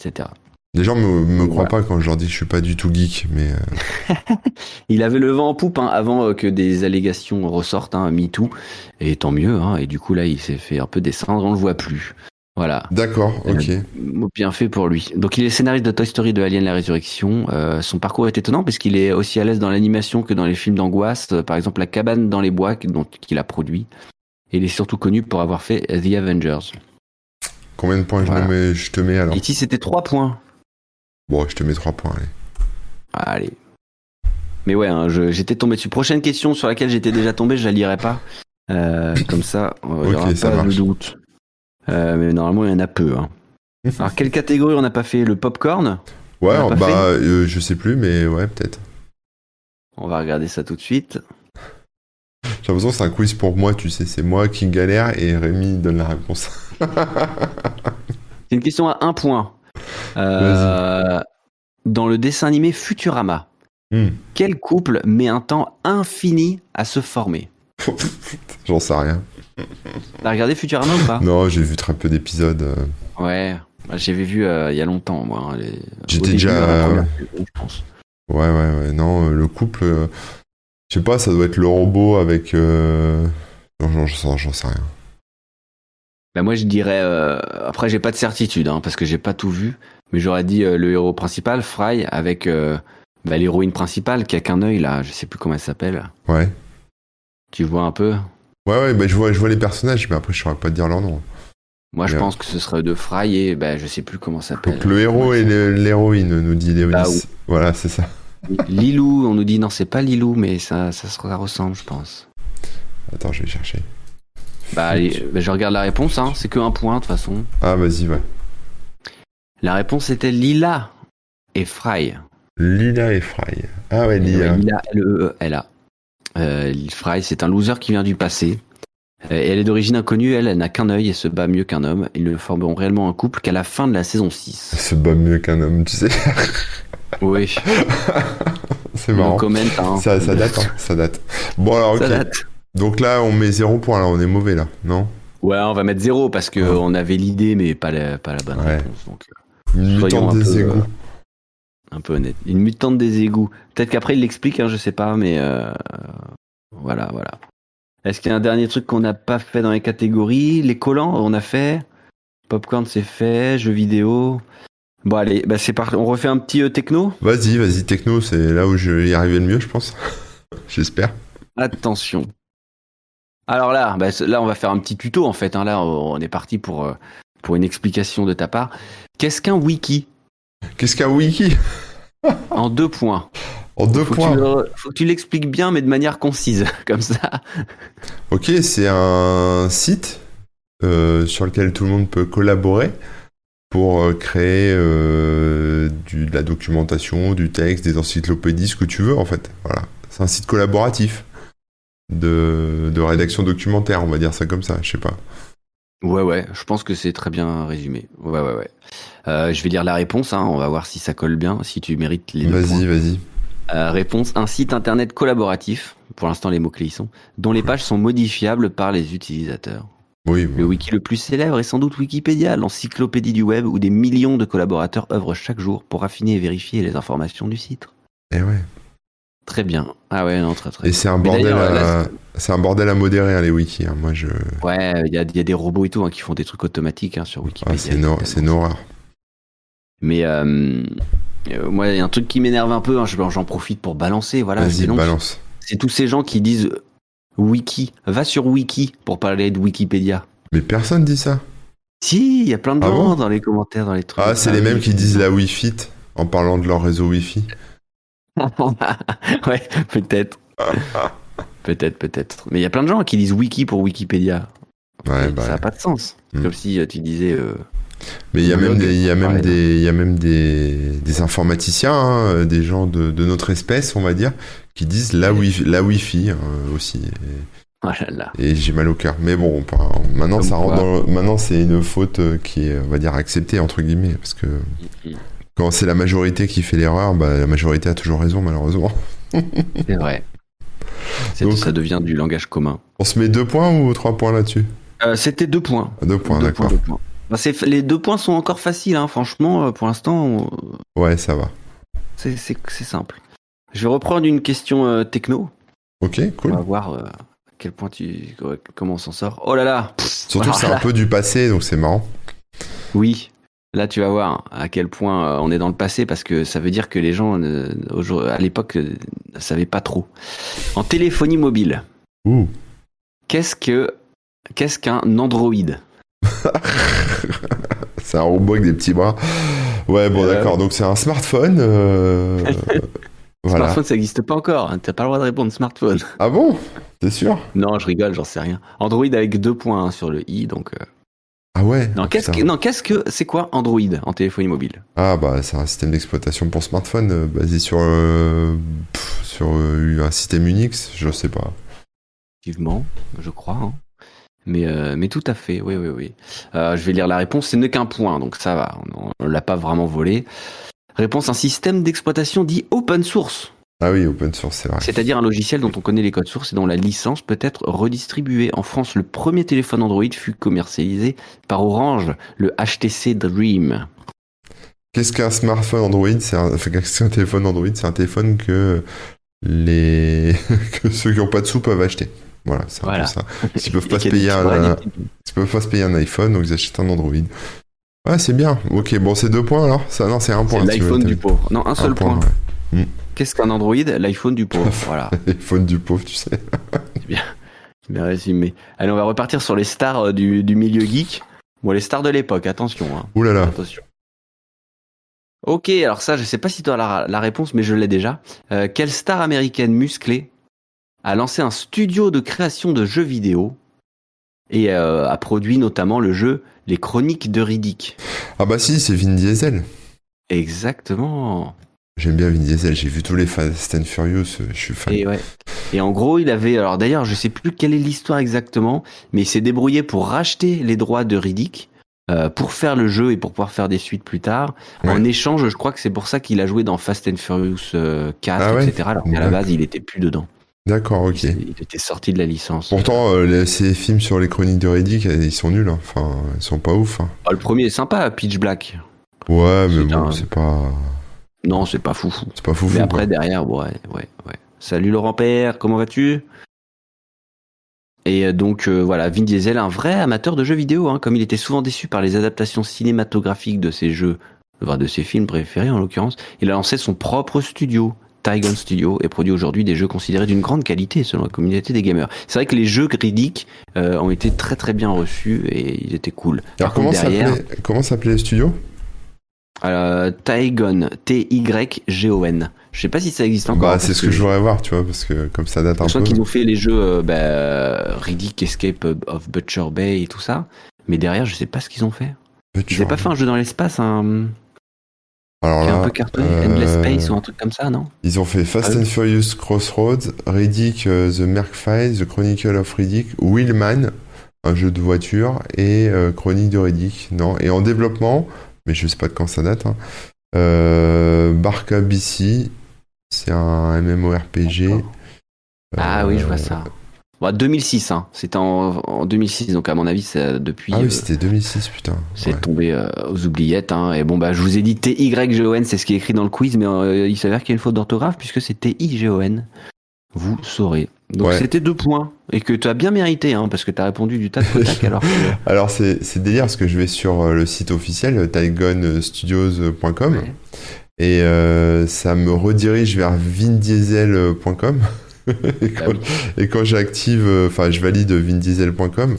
etc. Les gens me, me croient pas Voilà. quand je leur dis que je suis pas du tout geek, mais euh, Il avait le vent en poupe hein, avant euh, que des allégations ressortent, hein, MeToo, et tant mieux, hein, et du coup là il s'est fait un peu descendre, on le voit plus. Voilà, d'accord, ok. Mot bien fait pour lui. Donc il est scénariste de Toy Story de Alien la Résurrection. Euh, son parcours est étonnant puisqu'il est aussi à l'aise dans l'animation que dans les films d'angoisse, Euh, par exemple La cabane dans les bois qui- dont- qu'il a produit. Et il est surtout connu pour avoir fait The Avengers. Combien de points je, Voilà. me mets- je te mets alors Et ici c'était 3 points. Bon, je te mets 3 points, allez. Allez. Mais ouais, hein, je- j'étais tombé dessus. Prochaine question sur laquelle j'étais déjà tombé, je la lirai pas. Euh, comme ça, il y Ok, aura ça pas de marche. doute. Euh, mais normalement, il y en a peu. hein. Alors, quelle catégorie on n'a pas fait Le popcorn Ouais, On l'a pas bah, euh, je sais plus, mais ouais, peut-être. On va regarder ça tout de suite. J'ai l'impression que c'est un quiz pour moi, tu sais, c'est moi qui galère et Rémi donne la réponse. C'est une question à un point. Euh, dans le dessin animé Futurama, Hmm. quel couple met un temps infini à se former J'en sais rien. T'as regardé Futurama ou pas Non, j'ai vu très peu d'épisodes. euh. Ouais, Bah, j'avais vu euh, il y a longtemps, moi. hein, les- J'étais au début, déjà, dans la euh, première saison, je pense. Ouais, ouais, ouais. Non, euh, le couple, euh, je sais pas, ça doit être le robot avec. euh, Non, j'en- j'en j'en sais rien. Bah, moi, je dirais. euh, Après, j'ai pas de certitude, hein, parce que j'ai pas tout vu. Mais j'aurais dit euh, le héros principal, Fry, avec euh, bah, l'héroïne principale qui a qu'un œil, là. Je sais plus comment elle s'appelle. Ouais. Tu vois un peu Ouais, ouais, bah, je, vois, je vois les personnages, mais après, je saurais pas te dire leur nom. Moi, je Ouais. pense que ce serait de Fry et bah, je sais plus comment ça s'appelle. Donc, le héros et le- l'héroïne, nous dit Léonis. Bah, oui. Voilà, c'est ça. Lilou, on nous dit non, c'est pas Lilou, mais ça, ça, se- ça ressemble, je pense. Attends, je vais chercher. Bah, allez, bah, je regarde la réponse, hein. c'est que un point de toute façon. Ah, vas-y, ouais. La réponse était Lila et Fry. Lila et Fry. Ah, ouais, Lila. Ouais, Lila, L-E-E-L-A. Euh, Fry, c'est un loser qui vient du passé. Euh, Et elle est d'origine inconnue, elle, elle n'a qu'un œil et se bat mieux qu'un homme. Ils ne formeront réellement un couple qu'à la fin de la saison 6. Se bat mieux qu'un homme, tu sais. Oui, c'est on marrant. commente. hein. Ça, ça date, hein, ça date. Bon, alors, ok. Ça date. Donc là, on met 0 points, là, on est mauvais, là, non Ouais, on va mettre zéro parce que Ouais. on avait l'idée, mais pas la, pas la bonne Ouais. réponse. Donc, euh, Une Soyons mutante un des peu, égouts. un peu honnête. Une mutante des égouts. Peut-être qu'après il l'explique, hein, je sais pas, mais euh, voilà, voilà. Est-ce qu'il y a un dernier truc qu'on n'a pas fait dans les catégories Les collants, on a fait. Popcorn, c'est fait. Jeux vidéo. Bon, allez, bah, c'est parti. On refait un petit euh, techno Vas-y, vas-y, techno, c'est là où je vais y arriver le mieux, je pense. J'espère. Attention. Alors là, bah, ce- là, on va faire un petit tuto en fait. hein. Là, on est parti pour, euh, pour une explication de ta part. Qu'est-ce qu'un wiki Qu'est-ce qu'un wiki En deux points. En deux Faut que points. tu le- faut que tu l'expliques bien, mais de manière concise, comme ça. Ok, c'est un site euh, sur lequel tout le monde peut collaborer pour euh, créer euh, du- de la documentation, du texte, des encyclopédies, ce que tu veux en fait. Voilà, c'est un site collaboratif de, de rédaction documentaire, on va dire ça comme ça. Je sais pas. Ouais, ouais, je pense que c'est très bien résumé. Ouais, ouais, ouais. Euh, je vais lire la réponse, hein, on va voir si ça colle bien, si tu mérites les deux points. Vas-y, vas-y. Euh, réponse, un site internet collaboratif, pour l'instant les mots-clés y sont, dont les pages sont modifiables par les utilisateurs. Oui. Le wiki le plus célèbre est sans doute Wikipédia, l'encyclopédie du web où des millions de collaborateurs œuvrent chaque jour pour affiner et vérifier les informations du site. Et Eh ouais. Très bien. Ah ouais, non, très très Et c'est un Mais bordel d'ailleurs, à... là, C'est un bordel à modérer hein, les wikis. hein. Moi je. Ouais, il y a, il y a des robots et tout hein, qui font des trucs automatiques hein, sur Ah, Wikipédia. c'est une hor- c'est une horreur. Mais euh, euh, moi, il y a un truc qui m'énerve un peu, hein, je- j'en profite pour balancer. Voilà, Vas-y, dis donc, balance. c'est tous ces gens qui disent euh, Wiki, va sur Wiki pour parler de Wikipédia. Mais personne dit ça. Si, il y a plein de Ah gens bon dans les commentaires, dans les trucs. Ah, c'est les mêmes qui disent la Wi-Fi en parlant de leur réseau Wi-Fi. ouais, peut-être. peut-être, peut-être. Mais il y a plein de gens qui disent Wiki pour Wikipédia. Ouais, Et bah, ça n'a pas de sens. C'est Hmm. Comme si euh, tu disais. euh, Mais il y a Blog, même des, il y a même pareil. des, il y a même des, des informaticiens, hein, euh, des gens de, de notre espèce, on va dire, qui disent la wifi, la wifi hein, euh, aussi. Oh là là. Et j'ai mal au cœur. Mais bon, on peut- maintenant, Comme ça rentre quoi. dans le- maintenant c'est une faute euh, qui est, on va dire, acceptée, entre guillemets. Parce que mm. quand c'est la majorité qui fait l'erreur, bah, la majorité a toujours raison, malheureusement. C'est vrai. C'est- Donc- ça devient du langage commun. On se met deux points ou trois points là-dessus Euh, C'était deux points. Ah, Deux points, Deux d'accord. points, deux points. Bah, c'est- les deux points sont encore faciles, hein. franchement, euh, pour l'instant, on- Ouais, ça va. c'est c'est- c'est simple. Je vais reprendre une question euh, techno. Ok, cool. On va voir euh, à quel point tu comment on s'en sort. Oh là là Surtout que c'est un Voilà. peu du passé, donc c'est marrant. Oui. Là, tu vas voir à quel point euh, on est dans le passé parce que ça veut dire que les gens euh, aujourd'hui- à l'époque euh, ne savaient pas trop. En téléphonie mobile, Ouh. qu'est-ce que qu'est-ce qu'un Android C'est un robot avec des petits bras. Ouais, bon, Euh. d'accord. Donc c'est un smartphone. euh, voilà. Smartphone, ça n'existe pas encore. hein. T'as pas le droit de répondre smartphone. Ah bon C'est sûr non, je rigole, j'en sais rien. Android avec deux points hein, sur le i, donc. euh. Ah ouais Non, Ah, qu'est-ce putain. que non qu'est-ce que c'est quoi Android en téléphonie mobile Ah bah c'est un système d'exploitation pour smartphone euh, basé sur euh, pff, sur euh, un système Unix, je sais pas. Effectivement, je crois. hein. Mais, euh, mais tout à fait, oui, oui, oui. Euh, je vais lire la réponse. Ce n'est qu'un point, donc ça va. On on l'a pas vraiment volé. Réponse un système d'exploitation dit open source, Ah oui, open source, c'est vrai. c'est-à-dire un logiciel dont on connaît les codes sources et dont la licence peut être redistribuée. En France, le premier téléphone Android fut commercialisé par Orange, le HTC Dream. Qu'est-ce qu'un smartphone Android C'est un... enfin, qu'est-ce qu'un téléphone Android C'est un téléphone que les que ceux qui ont pas de sous peuvent acheter. Voilà, c'est un Voilà. peu ça. Ils peuvent pas Et se qui a des payer petites un- euh, brevets. Ils peuvent pas se payer un iPhone, donc ils achètent un Android. Ouais, c'est bien. Ok, bon, c'est deux points alors. Ça, non, c'est un C'est point. tu veux, l'iPhone t'as- du pauvre. Non, un seul point. ouais. Qu'est-ce qu'un Android L'iPhone du pauvre. Voilà. L'iPhone du pauvre, tu sais. Bien résumé. Allez, on va repartir sur les stars euh, du, du milieu geek. Bon, les stars de l'époque, attention. hein. Ouh là là. Attention. Ok, alors ça, je sais pas si tu as la, la réponse, mais je l'ai déjà. Euh, quelle star américaine musclée a lancé un studio de création de jeux vidéo et euh, a produit notamment le jeu Les Chroniques de Riddick Ah bah si, c'est Vin Diesel. Exactement. J'aime bien Vin Diesel, j'ai vu tous les Fast and Furious, euh, je suis fan. Et, ouais. et en gros, il avait. Alors d'ailleurs, je sais plus quelle est l'histoire exactement, mais il s'est débrouillé pour racheter les droits de Riddick euh, pour faire le jeu et pour pouvoir faire des suites plus tard. En Ouais. échange, je crois que c'est pour ça qu'il a joué dans Fast and Furious euh, 4, Ah ouais etc. Alors qu'à la D'accord. base, il était plus dedans. D'accord, ok. Il, il était sorti de la licence. Pourtant, euh, les- ces films sur les chroniques de Riddick, euh, ils sont nuls, hein. enfin, ils sont pas ouf. hein. Ah, le premier est sympa, Pitch Black. Ouais, mais C'est bon, un- c'est pas, Non, c'est pas foufou. c'est pas fou. Mais après, derrière, ouais, ouais, ouais. Salut Laurent Père, comment vas-tu Et euh, donc, euh, voilà, Vin Diesel, un vrai amateur de jeux vidéo, hein, comme il était souvent déçu par les adaptations cinématographiques de ses jeux, enfin de ses films préférés en l'occurrence, il a lancé son propre studio. Tygon Studio et produit aujourd'hui des jeux considérés d'une grande qualité selon la communauté des gamers. C'est vrai que les jeux Gridic ont été très très bien reçus et ils étaient cool. Alors, Par comment contre, derrière, s'appelait, comment s'appelait le studio euh, Tygon, T-Y-G-O-N. Je sais pas si ça existe encore. Bah, parce c'est ce que je voudrais voir, tu vois, parce que comme ça date un Je crois peu. qu'ils ont fait les jeux euh, bah, Riddick, Escape of Butcher Bay et tout ça. Mais derrière, je sais pas ce qu'ils ont fait. Ils Butcher. n'avaient pas fait un jeu dans l'espace, un, Alors qui est un là, peu cartonné, euh, Endless Space ou un truc comme ça, non ils ont fait Fast Ah oui. and Furious Crossroads, Riddick, euh, The Merc Files, The Chronicle of Riddick, Wheelman, un jeu de voiture, et euh, Chronique de Riddick. Non, et en développement, mais je sais pas de quand ça date. Hein, euh, Barca BC, c'est un MMORPG. D'accord. Ah oui, je vois Euh, ça. Bon, 2006, hein. c'était en, en 2006, donc à mon avis, ça, depuis, Ah euh, oui, c'était 2006, putain. c'est Ouais. tombé euh, aux oubliettes. hein. Et bon, bah, je vous ai dit T-Y-G-O-N, c'est ce qui est écrit dans le quiz, mais euh, il s'avère qu'il y a une faute d'orthographe puisque c'est T-I-G-O-N. Vous saurez. Donc Ouais. c'était deux points, et que tu as bien mérité, hein, parce que tu as répondu du tac au tac alors que... Alors, c'est c'est délire parce que je vais sur euh, le site officiel, tigonstudios.com. Ouais. Et euh, ça me redirige vers vindiesel.com. et Bah quand, oui. et quand j'active, euh, enfin je valide vindiesel.com,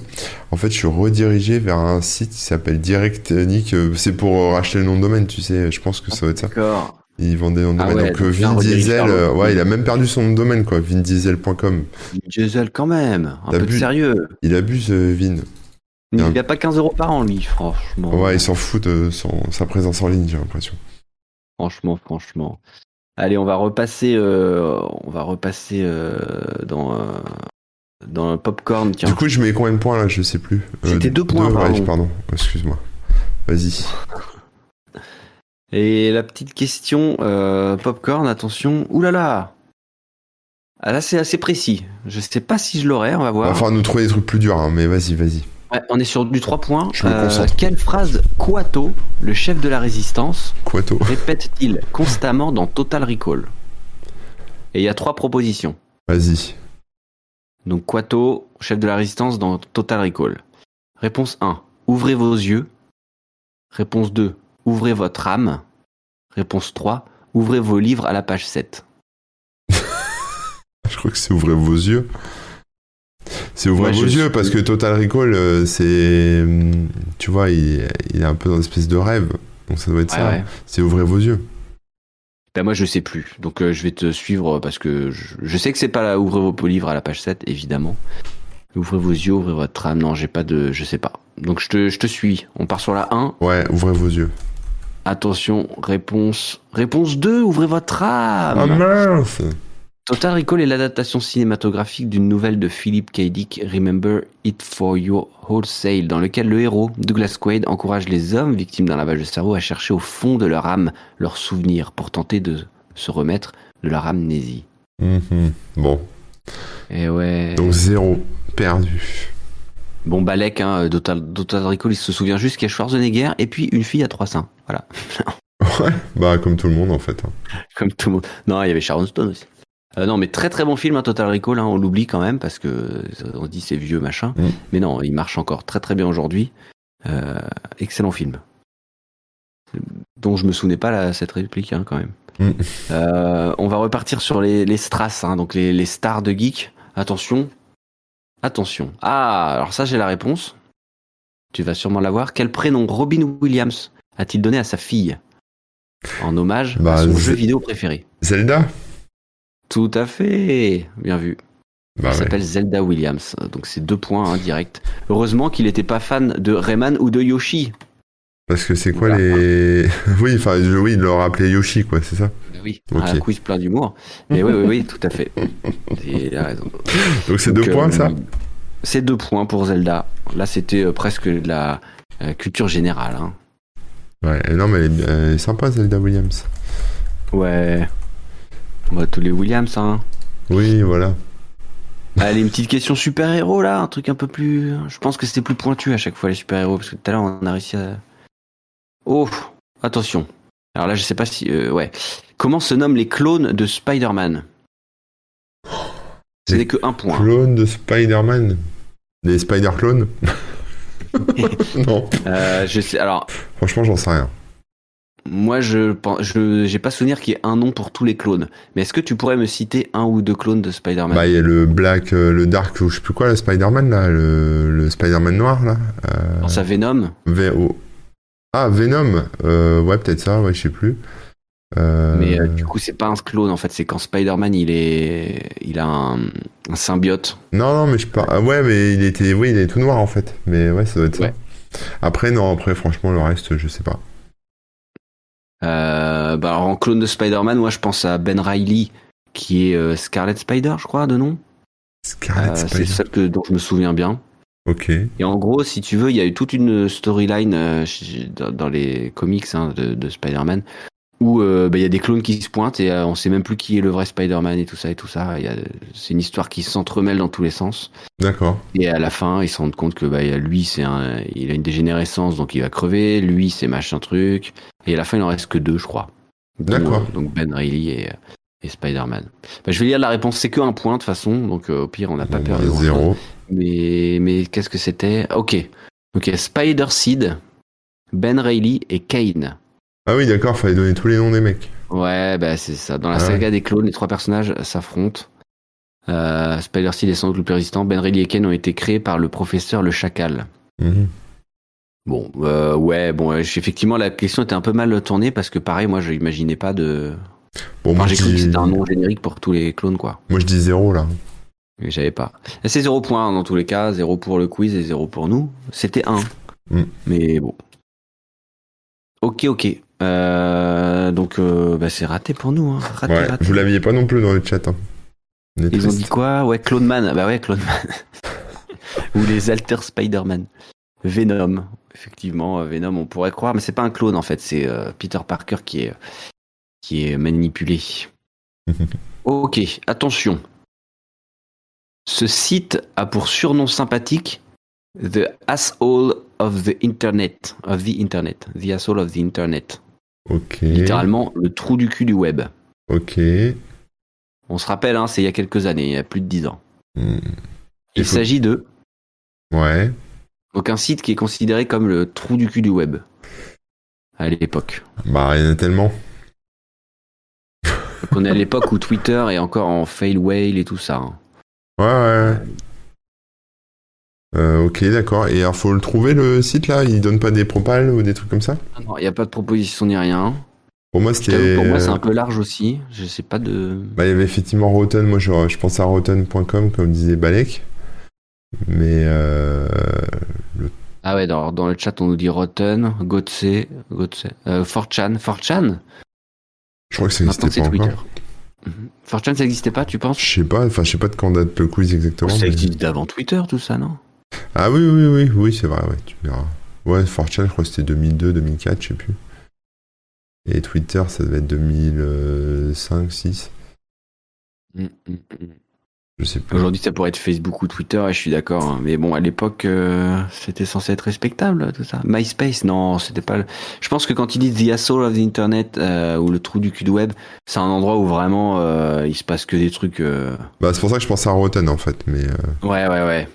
en fait je suis redirigé vers un site qui s'appelle Directonic. euh, C'est pour euh, racheter le nom de domaine, tu sais, je pense que ça doit être ça. D'accord. Ils vendent des noms de Ah domaine. ouais, donc euh, donc là, on Vin redirige Diesel, vers l'autre. euh, ouais, il a même perdu son nom de domaine quoi, vindiesel.com. Diesel quand même, un T'as peu de bu- sérieux. Il abuse euh, Vin. Il Non. n'a pas 15 euros par an lui, franchement. Ouais, il s'en fout de son, sa présence en ligne, j'ai l'impression. Franchement, franchement. Allez, on va repasser, euh, on va repasser euh, dans, euh, dans le popcorn, tiens. Du coup, je mets combien de points là Je sais plus. Euh, C'était deux points, ouais, pardon. pardon. Excuse-moi. Vas-y. Et la petite question, euh, popcorn, attention. Ouh là là Ah là, c'est assez précis. Je sais pas si je l'aurai, on va voir. Enfin, nous trouver des trucs plus durs, hein, mais vas-y, vas-y. Ouais, on est sur du 3 points. Euh, Je me concentre. quelle phrase Quato, le chef de la résistance, Quato. répète-t-il constamment dans Total Recall Et il y a trois propositions. Vas-y. Donc Quato, chef de la résistance dans Total Recall. Réponse 1. Ouvrez vos yeux. Réponse 2. Ouvrez votre âme. Réponse 3. Ouvrez vos livres à la page 7. Je crois que c'est ouvrez vos yeux. C'est ouvrez Ouais, vos je- yeux parce que Total Recall, euh, c'est. hum, Tu vois, il, il est un peu dans une espèce de rêve. Donc ça doit être ça. C'est ouvrez vos yeux. Ben moi je sais plus. Donc euh, je vais te suivre parce que je, je sais que c'est pas là ouvrez vos livres à la page 7 évidemment. Ouvrez vos yeux, ouvrez votre âme. Non, j'ai pas de je sais pas. Donc je te je te suis. On part sur la 1. Ouais, ouvrez vos yeux. Attention, réponse réponse 2, ouvrez votre âme. Ah, mince Total Recall est l'adaptation cinématographique d'une nouvelle de Philip K. Dick, Remember It For Your Wholesale, dans lequel le héros, Douglas Quaid, encourage les hommes victimes d'un lavage de cerveau à chercher au fond de leur âme leurs souvenirs pour tenter de se remettre de leur amnésie. Mhm. Bon, Et Eh ouais. donc zéro perdu. Bon, Balek, hein, Total, Total Recall, il se souvient juste qu'il y a Schwarzenegger et puis une fille à trois seins. Voilà. Ouais, bah comme tout le monde en fait. hein. Comme tout le monde. Non, il y avait Sharon Stone aussi. Euh, non, mais très très bon film, hein, Total Recall. hein, on l'oublie quand même parce que euh, on se dit c'est vieux machin. Mm. Mais non, il marche encore très très bien aujourd'hui. Euh, excellent film. Dont je me souvenais pas là, cette réplique hein, quand même. Mm. Euh, on va repartir sur les, les strass, hein, donc les, les stars de geek. Attention, attention. Ah, alors ça j'ai la réponse. Tu vas sûrement l'avoir. Quel prénom Robin Williams a-t-il donné à sa fille en hommage Bah, à son c'est- jeu vidéo préféré Zelda tout à fait. Bien vu. Bah il ouais. s'appelle Zelda Williams. Donc c'est deux points hein, direct. Heureusement qu'il n'était pas fan de Rayman ou de Yoshi. Parce que c'est quoi Voilà. les. Oui, enfin, je- oui, il leur appelé Yoshi, quoi, c'est ça Ben Oui. Ok. Un quiz plein d'humour. Mais oui, oui, oui, tout à fait. Il a raison. Donc c'est Donc, deux euh, points, ça C'est deux points pour Zelda. Là, c'était euh, presque de la euh, culture générale. hein. Ouais, euh, non, mais elle est, elle est sympa, Zelda Williams. Ouais. Bah, tous les Williams, hein. Oui, voilà. Allez, une petite question super-héros là, un truc un peu plus. Je pense que c'était plus pointu à chaque fois les super-héros, parce que tout à l'heure on a réussi à. Oh, attention. Alors là, je sais pas si. euh, ouais. Comment se nomment les clones de Spider-Man Ce Les n'est que un point. Clone de Spider-Man Des Spider-Clones Non, Euh, je sais, alors, franchement, j'en sais rien. moi je pense- je j'ai pas souvenir qu'il y ait un nom pour tous les clones. Mais est-ce que tu pourrais me citer un ou deux clones de Spider-Man Bah, il y a le Black, euh, le Dark, ou je sais plus quoi, le Spider-Man, là, le, le Spider-Man noir, là. Je pense à Venom VO. Ah, Venom Euh, Ouais, peut-être ça, ouais, je sais plus. Euh, Mais euh, du coup, c'est pas un clone en fait, c'est quand Spider-Man il est. Il a un, un symbiote. Non, non, mais je parle. Ah ouais, mais il était. Oui, il est tout noir en fait. Mais ouais, ça doit être ça. Ouais. Après, non, après, franchement, le reste, je sais pas. Euh, bah alors, en clone de Spider-Man, moi je pense à Ben Reilly, qui est euh, Scarlet Spider, je crois, de nom. Scarlet Euh, c'est Ah, Spider. celle que, dont je me souviens bien. Ok. Et en gros, si tu veux, il y a eu toute une storyline euh, ch- dans, dans les comics hein, de, de Spider-Man où euh, bah, il y a des clones qui se pointent et euh, on sait même plus qui est le vrai Spider-Man et tout ça et tout ça. Il y a- C'est une histoire qui s'entremêle dans tous les sens. D'accord. Et à la fin, ils se rendent compte que bah, il y a lui, c'est un, il a une dégénérescence, donc il va crever. Lui, c'est machin truc. Et à la fin, il en reste que deux, je crois. Dont, D'accord. euh, Donc Ben Reilly et, euh, et Spider-Man. Bah, je vais lire la réponse. C'est que un point de toute façon, donc euh, au pire, on n'a pas Bon, perdu. bah, grand-chose. zéro. Mais mais qu'est-ce que c'était Ok, ok. Spider Seed, Ben Reilly et Kane. Ah oui, d'accord, fallait donner tous les noms des mecs. Ouais, bah c'est ça. Dans la Ah saga des clones, les trois personnages s'affrontent. Euh, Spider Seed est sans doute le plus résistant. Ben Reilly et Kane ont été créés par le professeur le Chacal. Mhm. Bon, euh, ouais, bon, euh, j- effectivement, la question était un peu mal tournée parce que, pareil, moi, je n'imaginais pas de. Bon, Enfin, moi, j'ai je cru que dis... c'était un nom générique pour tous les clones, quoi. moi, je dis zéro là. Mais j'avais pas. Et C'est zéro point hein, dans tous les cas, zéro pour le quiz et zéro pour nous. C'était un. Mm. Mais bon. Ok, ok. Euh, donc, euh, bah, c'est raté pour nous. Hein. Raté, ouais, raté. vous l'aviez pas non plus dans le chat. hein. On est Ils ont triste. dit quoi Ouais, Clone Man. Bah ouais, Clone Man. Ou les Alter Spider-Man. Venom. Effectivement, euh, Venom, on pourrait croire, mais c'est pas un clone en fait, c'est euh, Peter Parker qui est, qui est manipulé. ok, attention. Ce site a pour surnom sympathique The Asshole of the Internet. Of the Internet. The Asshole of the Internet. Ok. Littéralement, le trou du cul du web. Ok. On se rappelle, hein, c'est il y a quelques années, il y a plus de 10 ans. Hmm. Il Il faut- s'agit de Ouais. donc un site qui est considéré comme le trou du cul du web à l'époque. Bah, il y en a tellement. Donc, On est à l'époque où Twitter est encore en fail whale et tout ça. hein. Ouais, ouais. Euh, ok, d'accord. Et alors, faut le trouver le site là Il donne pas des propals ou des trucs comme ça Ah non, Il n'y a pas de proposition ni rien. Pour moi, Je t'avoue, c'était. Pour moi, c'est un peu large aussi. Je sais pas de. Bah, il y avait effectivement Rotten. Moi, je, je pensais à Rotten.com, comme disait Balek. Mais. Euh... Ah ouais, dans, dans le chat, on nous dit Rotten, Gotse, Gotse, euh, 4chan. 4chan Je crois que ça Maintenant, n'existait c'est pas Twitter. encore. Mhm. 4chan, ça n'existait pas, tu penses Je sais pas, enfin, je sais pas de quand date le quiz exactement. Ça mais- existe d'avant Twitter, tout ça, non Ah oui, oui, oui, oui, c'est vrai, ouais, tu verras. Ouais, Fortune, je crois que c'était 2002, 2004, je sais plus. Et Twitter, ça devait être 2005, 6, Mhm, mhm. je sais plus. Aujourd'hui, ça pourrait être Facebook ou Twitter, et je suis d'accord. hein. Mais bon, à l'époque, euh, c'était censé être respectable, tout ça. MySpace, non, c'était pas. le- Je pense que quand ils disent The Asshole of the Internet euh, ou le trou du cul de web, c'est un endroit où vraiment euh, il se passe que des trucs. euh, Bah, c'est pour ça que je pensais à Rotten en fait, mais euh, Ouais, ouais, ouais.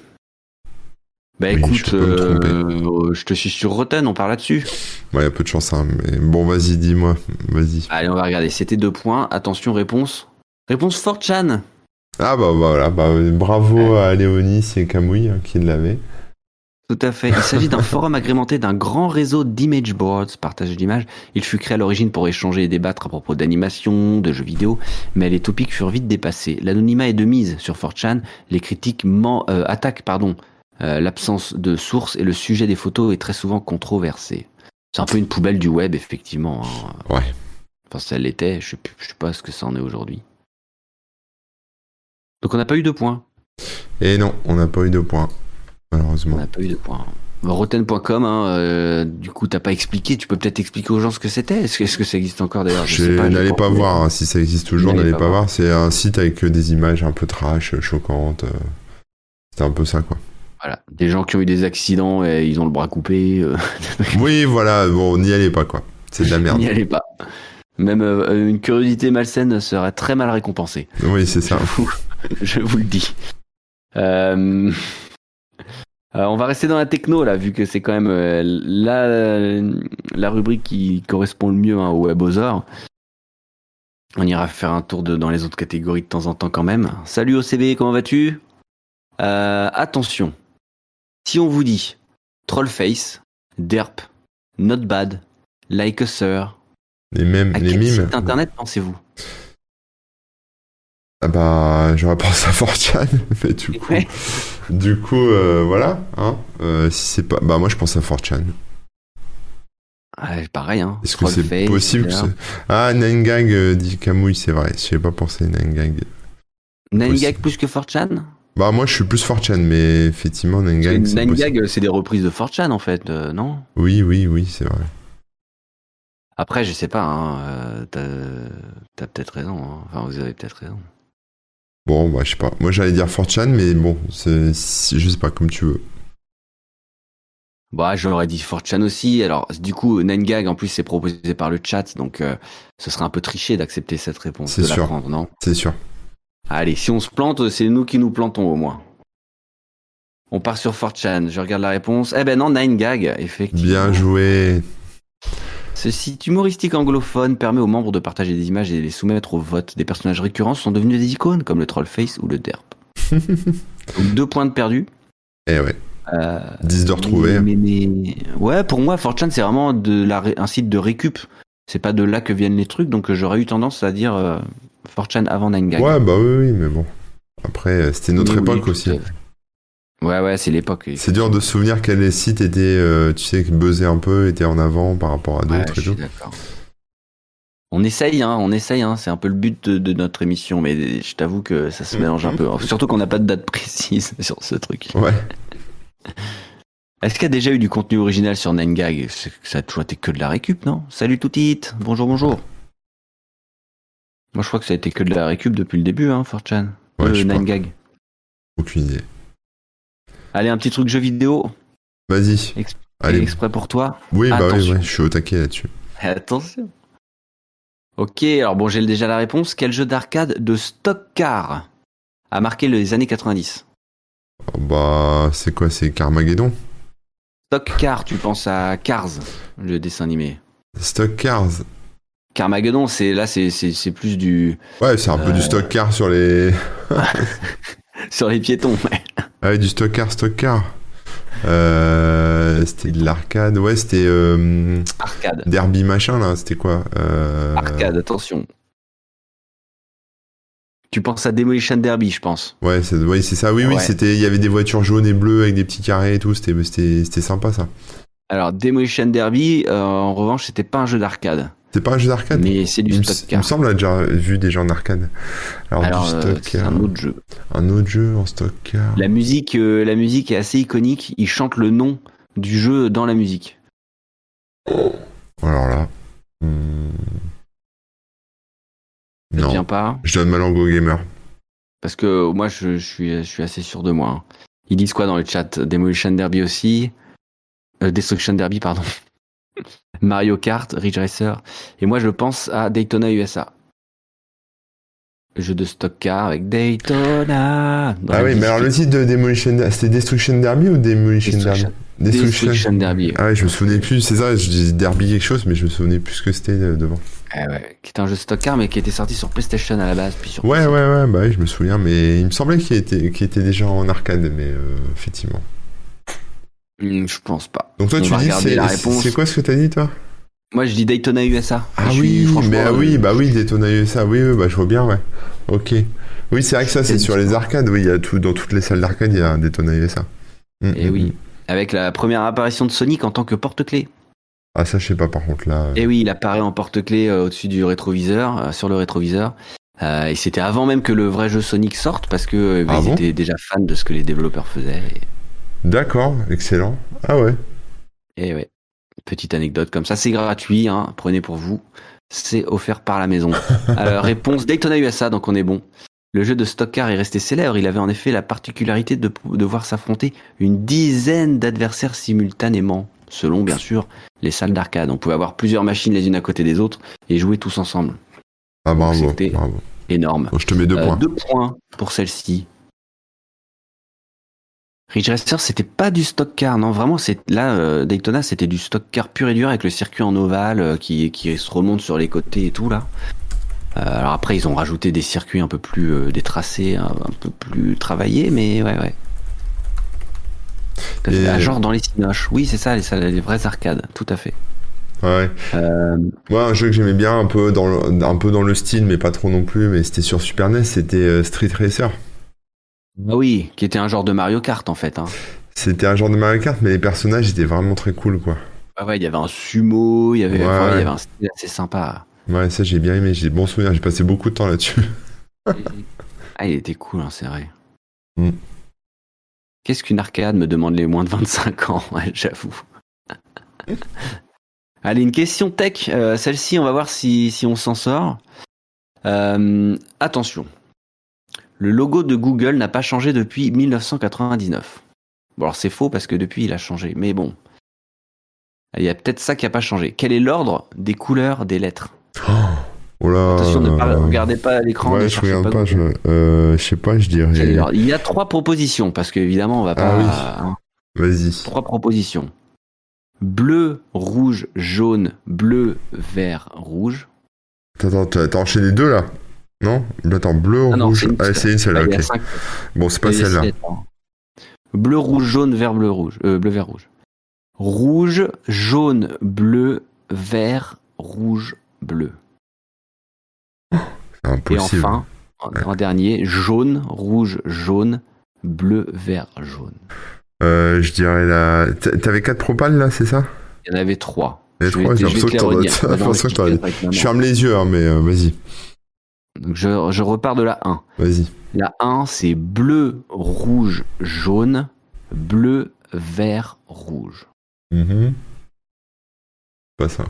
Bah Oui, je écoute, peux me euh, tromper. euh, je te suis sur Rotten, on parle là-dessus. ouais, y a peu de chance, hein, mais bon, vas-y, dis-moi, vas-y. Allez, on va regarder. C'était deux points. Attention, réponse. Réponse 4chan. Ah bah, bah, voilà, bah, euh, bravo à Léonis et Camouille hein, qui l'avaient. Tout à fait. Il s'agit d'un forum agrémenté d'un grand réseau d'image boards, partage d'images. Il fut créé à l'origine pour échanger et débattre à propos d'animation, de jeux vidéo, mais les topics furent vite dépassés. L'anonymat est de mise sur 4chan. Les critiques men- euh, attaquent pardon, euh, l'absence de sources et le sujet des photos est très souvent controversé. C'est un peu une poubelle du web, effectivement. hein. Ouais. Enfin, ça l'était. Je sais plus- je sais pas ce que ça en est aujourd'hui. Donc, on n'a pas eu de points. Et non, on n'a pas eu de points, On malheureusement. n'a pas eu de points. Rotten.com, hein, euh, du coup, t'as pas expliqué. Tu peux peut-être expliquer aux gens ce que c'était. Est-ce que, est-ce que ça existe encore d'ailleurs Je sais J'ai- j'ai N'allez pas voir hein, si ça existe toujours, N'allez n'allez pas pas voir. C'est un site avec euh, des images un peu trash, euh, choquantes. euh, C'était un peu ça quoi. Voilà. Des gens qui ont eu des accidents et ils ont le bras coupé. euh, Oui, voilà, bon, n'y allez pas, quoi. C'est de la merde. N'y allez pas. Même euh, une curiosité malsaine serait très mal récompensée. Oui, c'est ça. Je vous le dis. Euh, euh, on va rester dans la techno là, vu que c'est quand même euh, la, la rubrique qui correspond le mieux hein, au web aux arts. On ira faire un tour de, dans les autres catégories de temps en temps quand même. Salut OCB, comment vas-tu Euh, Attention, si on vous dit Trollface, Derp, Not Bad, Like a Sir, Les mêmes, à les quel mimes. site internet pensez-vous Ah bah, j'aurais pensé à Fortran, mais du coup, Ouais. du coup, euh, voilà. Hein. Euh, si c'est pas, bah moi je pense à Fortran. Ah, Pareil, hein. Est-ce que c'est Trollface, possible que Derp. ce- Ah, Nangag euh, dit Camouille, c'est vrai. Je pas pensé à Nangag. Nanigag plus que 4chan Bah moi je suis plus Fortran, mais effectivement Nangag. c'est possible. Nanigag, euh, c'est des reprises de 4chan en fait, euh, non Oui, oui, oui, c'est vrai. Après, je sais pas, hein, euh, t'as- t'as peut-être raison, hein. enfin vous avez peut-être raison. Bon, bah je sais pas. Moi j'allais dire Fortran, mais bon, c'est- c'est- je sais pas comme tu veux. Bah, j'aurais dit 4chan aussi, alors du coup, Nanigag en plus c'est proposé par le chat, donc euh, ce serait un peu triché d'accepter cette réponse, C'est de sûr. la prendre, non C'est sûr. Allez, si on se plante, euh, c'est nous qui nous plantons au moins. On part sur 4chan, je regarde la réponse. Eh ben non, Nanigag, effectivement. Bien joué. Ce site humoristique anglophone permet aux membres de partager des images et de les soumettre au vote. Des personnages récurrents sont devenus des icônes, comme le Trollface ou le Derp. Donc deux points de perdu. Eh ouais. Euh, 10 de retrouver. mais- mais- Ouais, pour moi, 4chan, c'est vraiment de la ré- un site de récup. C'est pas de là que viennent les trucs, donc euh, j'aurais eu tendance à dire euh, 4chan avant 9gag. Ouais, bah oui, oui, mais bon. Après, euh, c'était notre Oui, oui, époque tout à aussi. fait. Ouais, ouais, c'est l'époque. C'est dur de se souvenir quels sites étaient, euh, tu sais, qui buzzaient un peu, étaient en avant par rapport à Ouais, d'autres je et tout. suis d'accord. On essaye, hein, on essaye, hein, c'est un peu le but de, de notre émission, mais je t'avoue que ça Mhm. se mélange un peu. Surtout qu'on n'a pas de date précise sur ce truc. Ouais. Est-ce qu'il y a déjà eu du contenu original sur 9gag C'est- Ça a toujours été que de la récup, non Salut tout it Bonjour, bonjour Moi je crois que ça a été que de la récup depuis le début, hein, 4chan. Ouais, Euh, je sais pas. 9gag. Aucune idée. Allez, un petit truc jeu vidéo, Vas-y. Ex- Allez. exprès pour toi. Oui, bah oui, Attention. ouais, je suis au taquet là-dessus. Attention Ok, alors bon, j'ai déjà la réponse. Quel jeu d'arcade de stock car a marqué les années 90 Oh, Bah, c'est quoi C'est Carmageddon Stock car, tu penses à Cars, le dessin animé. Stock Cars Carmageddon, c'est là, c'est- c'est c'est plus du Ouais, c'est un peu Euh. du stock car sur les. sur les piétons. Ah, ouais, du stock car, stock car. Euh, c'était de l'arcade. Ouais, c'était euh, Arcade. Derby machin là. C'était quoi Euh, Arcade, attention. Tu penses à Demolition Derby, je pense. Ouais, c'est ouais, c'est ça. Oui, oui, Ouais. c'était. Il y avait des voitures jaunes et bleues avec des petits carrés et tout. C'était c'était- c'était sympa ça. Alors, Demolition Derby, euh, en revanche, c'était pas un jeu d'arcade. C'est pas un jeu d'arcade Mais c'est il du me, stock il me car. semble avoir déjà vu des gens en arcade. Alors, du Alors, euh, stock c'est car. un autre jeu. Un autre jeu en stock car. La musique, euh, la musique est assez iconique. Il chante le nom du jeu dans la musique. Alors là. hmm. Eh Ça Non. te vient pas Je donne ma langue au gamer. Parce que moi, je, je suis, je suis assez sûr de moi. hein. Ils disent quoi dans le chat Demolition Derby aussi. Euh, Destruction Derby, pardon. Mario Kart, Ridge Racer. Et moi, je pense à Daytona USA. Jeu de stock car avec Daytona. dans ah la oui, mais alors le disque. titre de Demolition Derby, c'était Destruction Derby ou Demolition Destruction, Derby Destruction Derby. Ah ouais, je me souvenais plus, c'est ça, je disais Derby quelque chose, mais je me souvenais plus ce que c'était euh, devant. Ah ouais, qui est un jeu de stock car, mais qui était sorti sur PlayStation à la base, puis sur Ouais, ouais, PC. ouais, bah oui, je me souviens, mais il me semblait qu'il était, qu'il était déjà en arcade, mais euh, effectivement. Hmm, je pense pas. Donc toi, On tu va dis, regarder c'est la c'est- réponse. c'est quoi ce que t'as dit, toi Moi, je dis Daytona USA. Ah Je suis oui, franchement, mais ah euh, oui, bah oui, Daytona USA, oui, oui, bah je vois bien, ouais. Ok. Oui, c'est vrai que ça, c'est Et- sur les arcades, oui, il y a tout, dans toutes les salles d'arcade, il y a un Daytona USA. Mm, Et mm, eh oui. mm. Avec la première apparition de Sonic en tant que porte-clés. Ah, ça, je sais pas, par contre, là. euh, Et oui, il apparaît en porte-clés euh, au-dessus du rétroviseur, euh, sur le rétroviseur. Euh, et c'était avant même que le vrai jeu Sonic sorte parce que euh, Ah ils bon étaient déjà fans de ce que les développeurs faisaient. D'accord, excellent. Ah ouais. Et, et Eh ouais, petite anecdote comme ça, c'est gratuit, hein, prenez pour vous. C'est offert par la maison. Euh, réponse Daytona USA, donc on est bon. Le jeu de stock car est resté célèbre. Il avait en effet la particularité de pou- devoir s'affronter une dizaine d'adversaires simultanément, selon bien sûr les salles d'arcade. On pouvait avoir plusieurs machines les unes à côté des autres et jouer tous ensemble. Ah bravo, C'était- bravo. Énorme. Bon, je te mets deux Euh, points. deux points pour celle-ci. Ridge Racer, c'était pas du stock car, non, vraiment, c'est là, euh, Daytona, c'était du stock car pur et dur avec le circuit en ovale euh, qui, qui se remonte sur les côtés et tout, là. Euh, alors après, ils ont rajouté des circuits un peu plus, euh, des tracés un, un peu plus travaillés, mais ouais, ouais. Tout à fait. Et- Ah, genre dans les cinoches. Oui, c'est ça, les, salles- les vraies arcades, tout à fait. Ouais. Euh, Moi, un jeu que j'aimais bien, un peu, dans le, un peu dans le style, mais pas trop non plus, mais c'était sur Super NES, c'était euh, Street Racer. ah oui, qui était un genre de Mario Kart, en fait, hein. C'était un genre de Mario Kart, mais les personnages étaient vraiment très cool, quoi. Ah ouais, il y avait un sumo, il y avait, Ouais, enfin, il y ouais. avait un style assez sympa. Ouais, ça j'ai bien aimé, j'ai des bons souvenirs, j'ai passé beaucoup de temps là-dessus. ah, il était cool, hein, c'est vrai. Mm. Qu'est-ce qu'une arcade me demande les moins de 25 ans, ouais, j'avoue. Allez, une question tech. Euh, Celle-ci, on va voir si, si on s'en sort. Euh, attention. Le logo de Google n'a pas changé depuis 1999. Bon, alors c'est faux parce que depuis, il a changé. Mais bon. Il y a peut-être ça qui n'a pas changé. Quel est l'ordre des couleurs des lettres Oh là. Attention, ne pas, euh, regardez pas à l'écran. ne Ouais, je cherchez regarde pas pas, Google. je, euh, je sais pas, je Quelle dirais. heure Il y a trois propositions, parce qu'évidemment, on va pas. Ah oui. hein. Vas-y. trois propositions. Bleu, rouge, jaune, bleu, vert, rouge. Attends, attends, t'as enchaîné les deux là Non Bah, Attends, bleu, Ah non, rouge. c'est une ah, seule. c'est une celle-là, Ah, il y ok. a cinq- Bon, c'est il pas y a six celle-là. lettres, hein. Bleu, rouge, jaune, vert, bleu, rouge. Euh, bleu, vert, rouge. Rouge, jaune, bleu, vert, rouge, bleu. C'est impossible. Et enfin, en, en dernier, jaune, rouge, jaune, bleu, vert, jaune. Ah Euh, je dirais la. T'a- T'avais quatre propales là, c'est ça Il y en avait trois. Les Je vais- trois, j'ai je vais l'impression te que les t'en as- redire. j'ai Non, l'impression que t'en as- t'inquiète pas, Je non. ferme les yeux, hein, mais euh, vas-y, Donc je, je repars de la 1. vas-y. La 1, c'est bleu, rouge, jaune, bleu, vert, rouge. Mhm. Pas ça.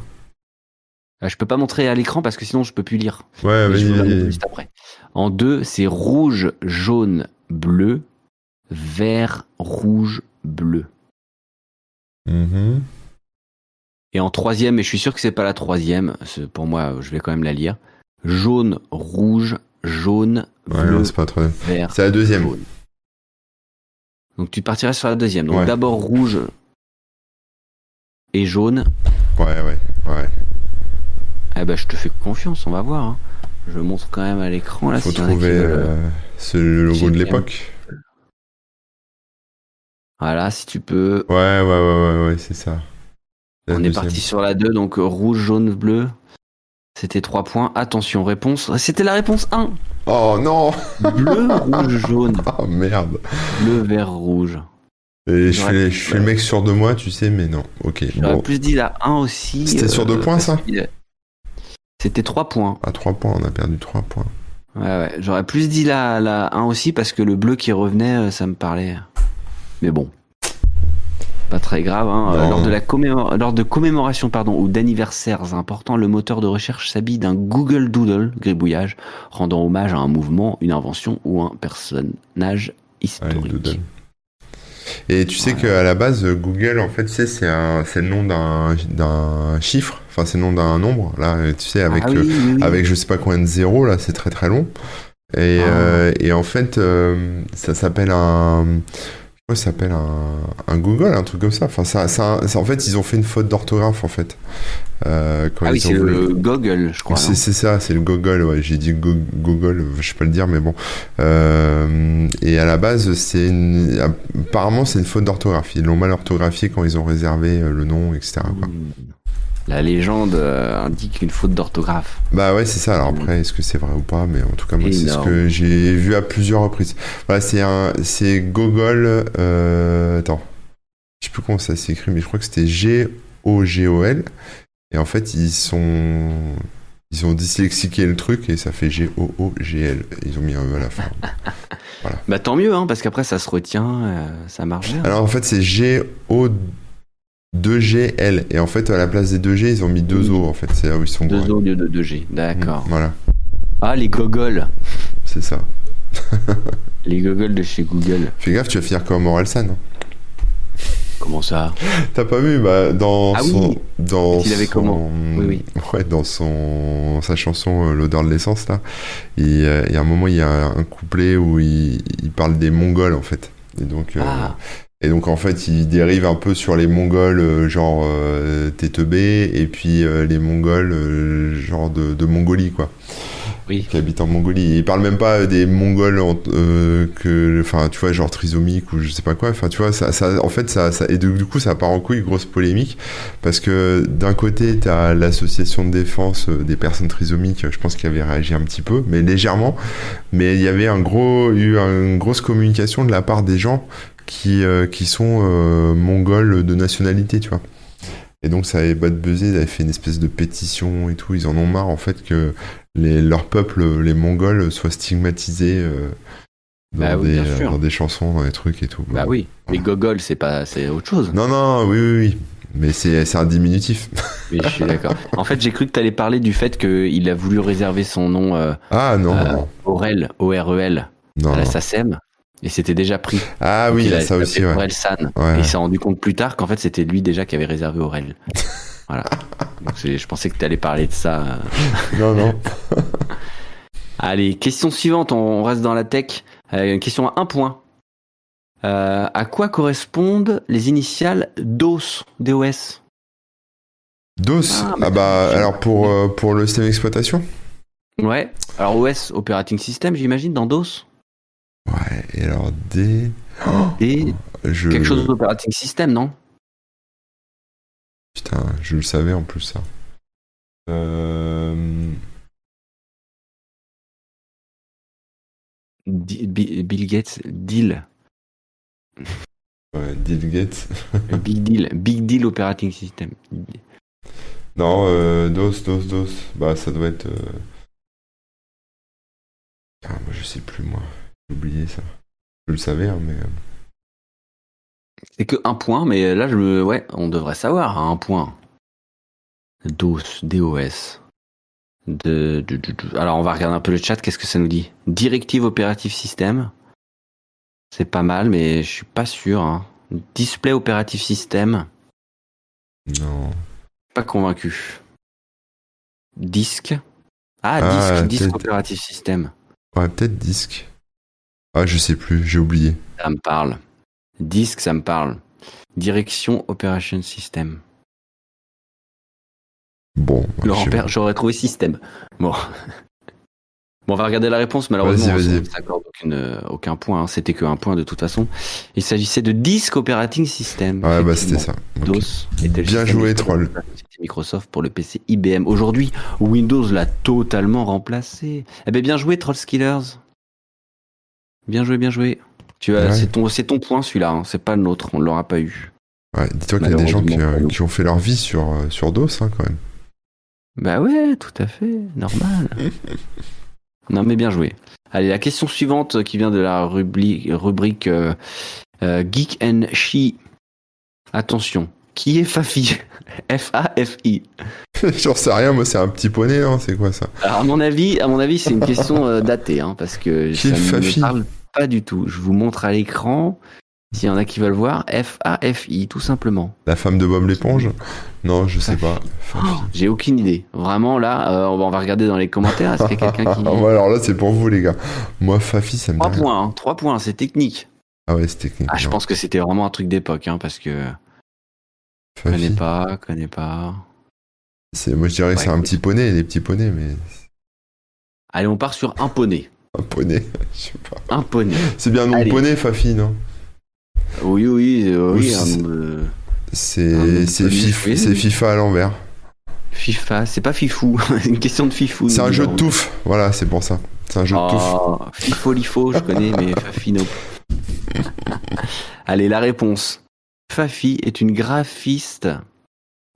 Euh, Je peux pas montrer à l'écran parce que sinon je peux plus lire. Ouais, Mais je Ah, vas-y, vous la montre vas-y. juste après. En 2, c'est rouge, jaune, bleu, vert, rouge, bleu. Mhm. Et en troisième, et je suis sûr que c'est pas la troisième, c'est- pour moi, je vais quand même la lire. Jaune, rouge, jaune, Ouais, bleu, non, c'est pas la troisième. vert, C'est la deuxième. jaune. Donc tu partirais sur la deuxième. Donc Ouais. d'abord rouge et jaune. Ouais, ouais, ouais. Eh ben je te fais confiance, on va voir. hein. Je montre quand même à l'écran là. Faut s'il y en a qui trouver veulent. euh, ce le logo de GPM. l'époque. Voilà, si tu peux. Ouais, ouais, ouais, ouais, ouais, c'est ça. La On est deuxième. parti sur la 2, donc euh, rouge, jaune, bleu. C'était 3 points. Attention, réponse. C'était la réponse 1. Oh non Bleu, rouge, jaune. Oh merde Bleu, vert, rouge. Et je Ouais. suis, les- je suis le mec sûr de moi, tu sais, mais non. Ok, J'aurais euh, bon. plus dit la 1 aussi. C'était sur deux points, parce ça qu'il est- C'était 3 points. À 3 points, on a perdu 3 points. Ouais, ouais. J'aurais plus dit la, la 1 aussi parce que le bleu qui revenait, euh, ça me parlait. Mais bon. Pas très grave. hein. Euh, Non. Lors, de la commémor- Lors de commémorations pardon, ou d'anniversaires importants, le moteur de recherche s'habille d'un Google Doodle, gribouillage, rendant hommage à un mouvement, une invention ou un personnage Ouais, le historique. doodle. Et tu sais qu'à la base, euh, Google, en fait, tu sais, c'est un- c'est le nom d'un- d'un chiffre, enfin, c'est le nom d'un nombre, là, euh, tu sais, avec, Ah oui, euh, oui, oui. avec je sais pas combien de zéros, là, c'est très très long. Et, Ah. euh, et en fait, euh, ça s'appelle un. Comment ça s'appelle un, un Google, un truc comme ça. Enfin, ça, ça, ça- en fait, ils ont fait une faute d'orthographe, en fait. Euh, quand Ah oui, ils ont c'est voulu- le Google, je crois. c'est non c'est ça, c'est le Google, ouais. J'ai dit Go- Google, euh, je sais pas le dire, mais bon. Euh, et à la base, c'est une- apparemment c'est une faute d'orthographe. Ils l'ont mal orthographié quand ils ont réservé euh, le nom, etc. quoi. Mmh. La légende euh, indique une faute d'orthographe. Bah ouais, c'est ça. Alors après, est-ce que c'est vrai ou pas Mais en tout cas, moi, c'est ce Énorme. que j'ai vu à plusieurs reprises. Voilà, c'est un, c'est Google. euh, attends, je sais plus comment ça s'écrit, mais je crois que c'était G O G O L. Et en fait, ils sont, ils ont dyslexiqué le truc et ça fait G O O G L. Ils ont mis un E à la fin. Bah tant mieux, hein, parce qu'après ça se retient, euh, ça marche bien. Alors en fait, c'est G O 2 G L. Et en fait, à la place des deux G, ils ont mis deux O. En fait, c'est là où ils sont bourrés. Deux O au lieu de 2G, d'accord. Voilà, Ah, les gogoles c'est ça. Les gogoles de chez Google. Fais gaffe, tu vas finir comme Orelsan. hein. Comment ça T'as pas vu bah, dans Ah son oui. dans Il avait son- comment Oui, oui. ouais dans son sa chanson euh, l'odeur de l'essence là il, euh, il y a un moment il y a un couplet où il, il parle des Mongols en fait et donc euh, Ah, et donc en fait il dérive un peu sur les Mongols euh, genre euh, t'es teubé, et puis euh, les Mongols euh, genre de, de Mongolie quoi oui. qui habitent en Mongolie. Et il parle même pas euh, des Mongols en- euh, que, enfin, tu vois, genre trisomique ou je sais pas quoi. Enfin, tu vois, ça, ça- en fait, ça, ça- et du, du coup, ça part en couille, grosse polémique, parce que d'un côté, t'as l'association de défense euh, des personnes trisomiques, je pense, qui avait réagi un petit peu, mais légèrement. Mais il y avait un gros, eu une grosse communication de la part des gens qui, euh, qui sont euh, mongols de nationalité, tu vois. Et donc ça avait bad buzzé, ils avaient fait une espèce de pétition et tout. Ils en ont marre en fait que les, leur peuple, les Mongols, soient stigmatisés euh, dans, Bah oui, des, bien euh, sûr. dans des chansons, dans des trucs et tout. Bah oui, les Voilà. gogoles, c'est pas, c'est autre chose. Non, non, oui, oui, oui. Mais c'est c'est un diminutif. Mais je suis d'accord. En fait, j'ai cru que t'allais parler du fait qu'il a voulu réserver son nom euh, Ah non, Euh, non, Aurel, O-R-E-L, non. à la non. SACEM, E et c'était déjà pris. Ah oui, il Donc, il y a a ça tapé aussi, ouais. Aurel San. Ouais, Et ouais. il s'est rendu compte plus tard qu'en fait c'était lui déjà qui avait réservé Aurel. voilà. Donc, c'est- je pensais que tu allais parler de ça. euh. Non, non. Allez, question suivante, on, on reste dans la tech. Euh, une question à un point. Euh, à quoi correspondent les initiales DOS, DOS DOS. Ah, Ah, mais bah t'as- alors pour euh, pour le système d'exploitation. Ouais. Alors OS, Operating System, j'imagine, dans DOS. Ouais. Et alors D. Oh, Et je... quelque chose d'Operating System, non Putain, je le savais en plus ça. Euh... Di- Bi- Bill Gates, deal. Ouais, Deal Gates. Big deal. Big deal Operating System. Non, euh, DOS, DOS, DOS. Bah, ça doit être. euh, Ah, moi, je sais plus, moi. J'ai oublié ça. Je le savais, hein, mais. euh, C'est que un point, mais là, je me... ouais, on devrait savoir, hein, un point. DOS, DOS. De, de- de- de- Alors, on va regarder un peu le chat, qu'est-ce que ça nous dit Directive Operative System. C'est pas mal, mais je suis pas sûr. hein. Display Operative System, Non. pas convaincu. Disque. Ah, Ah, disque, disque peut-être. Operative System. Ouais, peut-être disque. Ah, je sais plus, j'ai oublié. Ça me parle. Disque, ça me parle. Direction Operation System. Bon. bah, Le je sais repère, j'aurais trouvé système. Bon. Bon, on va regarder la réponse, malheureusement. hein, Vas-y, vas-y. on s'accorde aucune- aucun point. hein. C'était que un point de toute façon. Il s'agissait de Disk Operating System. pas. Ouais, bah, c'était ça. effectivement. Ok. DOS était le Bien système joué, d'exploitation troll. de la société Microsoft pour le PC IBM. Aujourd'hui, Windows l'a totalement remplacé. Eh bien, bien joué, Troll Skillers. Bien joué, bien joué. Tu as, Ouais. c'est ton, c'est ton point celui-là. hein. C'est pas le nôtre. On l'aura pas eu. Ouais, dis-toi qu'il y a des gens qui, Malheureusement, euh, pour nous. qui ont fait leur vie sur, euh, sur DOS, hein, quand même. Bah ouais, tout à fait, normal. non mais bien joué. Allez, la question suivante euh, qui vient de la rubli- rubrique euh, euh, Geek and She. Attention, qui est Fafi F-A-F-I. J'en sais rien, moi, c'est un petit poney, non C'est quoi ça Alors à mon avis, à mon avis, c'est une question euh, datée, hein, parce que Qui ça est ne Fafi me parle pas du tout. Je vous montre à l'écran, s'il y en a qui veulent voir, F-A-F-I, tout simplement. La femme de Bob l'éponge Non, je sais pas. Oh, J'ai aucune idée. Vraiment, là, euh, on va- on va regarder dans les commentaires. Est-ce qu'il y a quelqu'un qui... Ah, ouais, alors là, c'est pour vous, les gars. Moi, Fafi, ça me Trois dit rien. points, hein, trois points, c'est technique. Ah ouais, c'est technique. Ah, je non. pense que c'était vraiment un truc d'époque, hein, parce que Fafi. connais pas, connais pas. C'est- Moi, je dirais que Ouais, c'est un écoute. petit poney, les petits poneys, mais Allez, on part sur un poney. un poney, je sais pas. Un poney. C'est bien non Allez. poney, Fafi, non Oui, oui, euh, Ou oui. si un, c'est- euh, Ah, C'est non, c'est poney, Fif- oui. c'est FIFA à l'envers. FIFA, c'est pas fifou. c'est une question de fifou. C'est un nous jeu de dirons. touffe, voilà, c'est pour ça. C'est un jeu de touffe. Oh, Fifo Lifo, je connais, mais Fafi, non. Allez, la réponse. Fafi est une graphiste,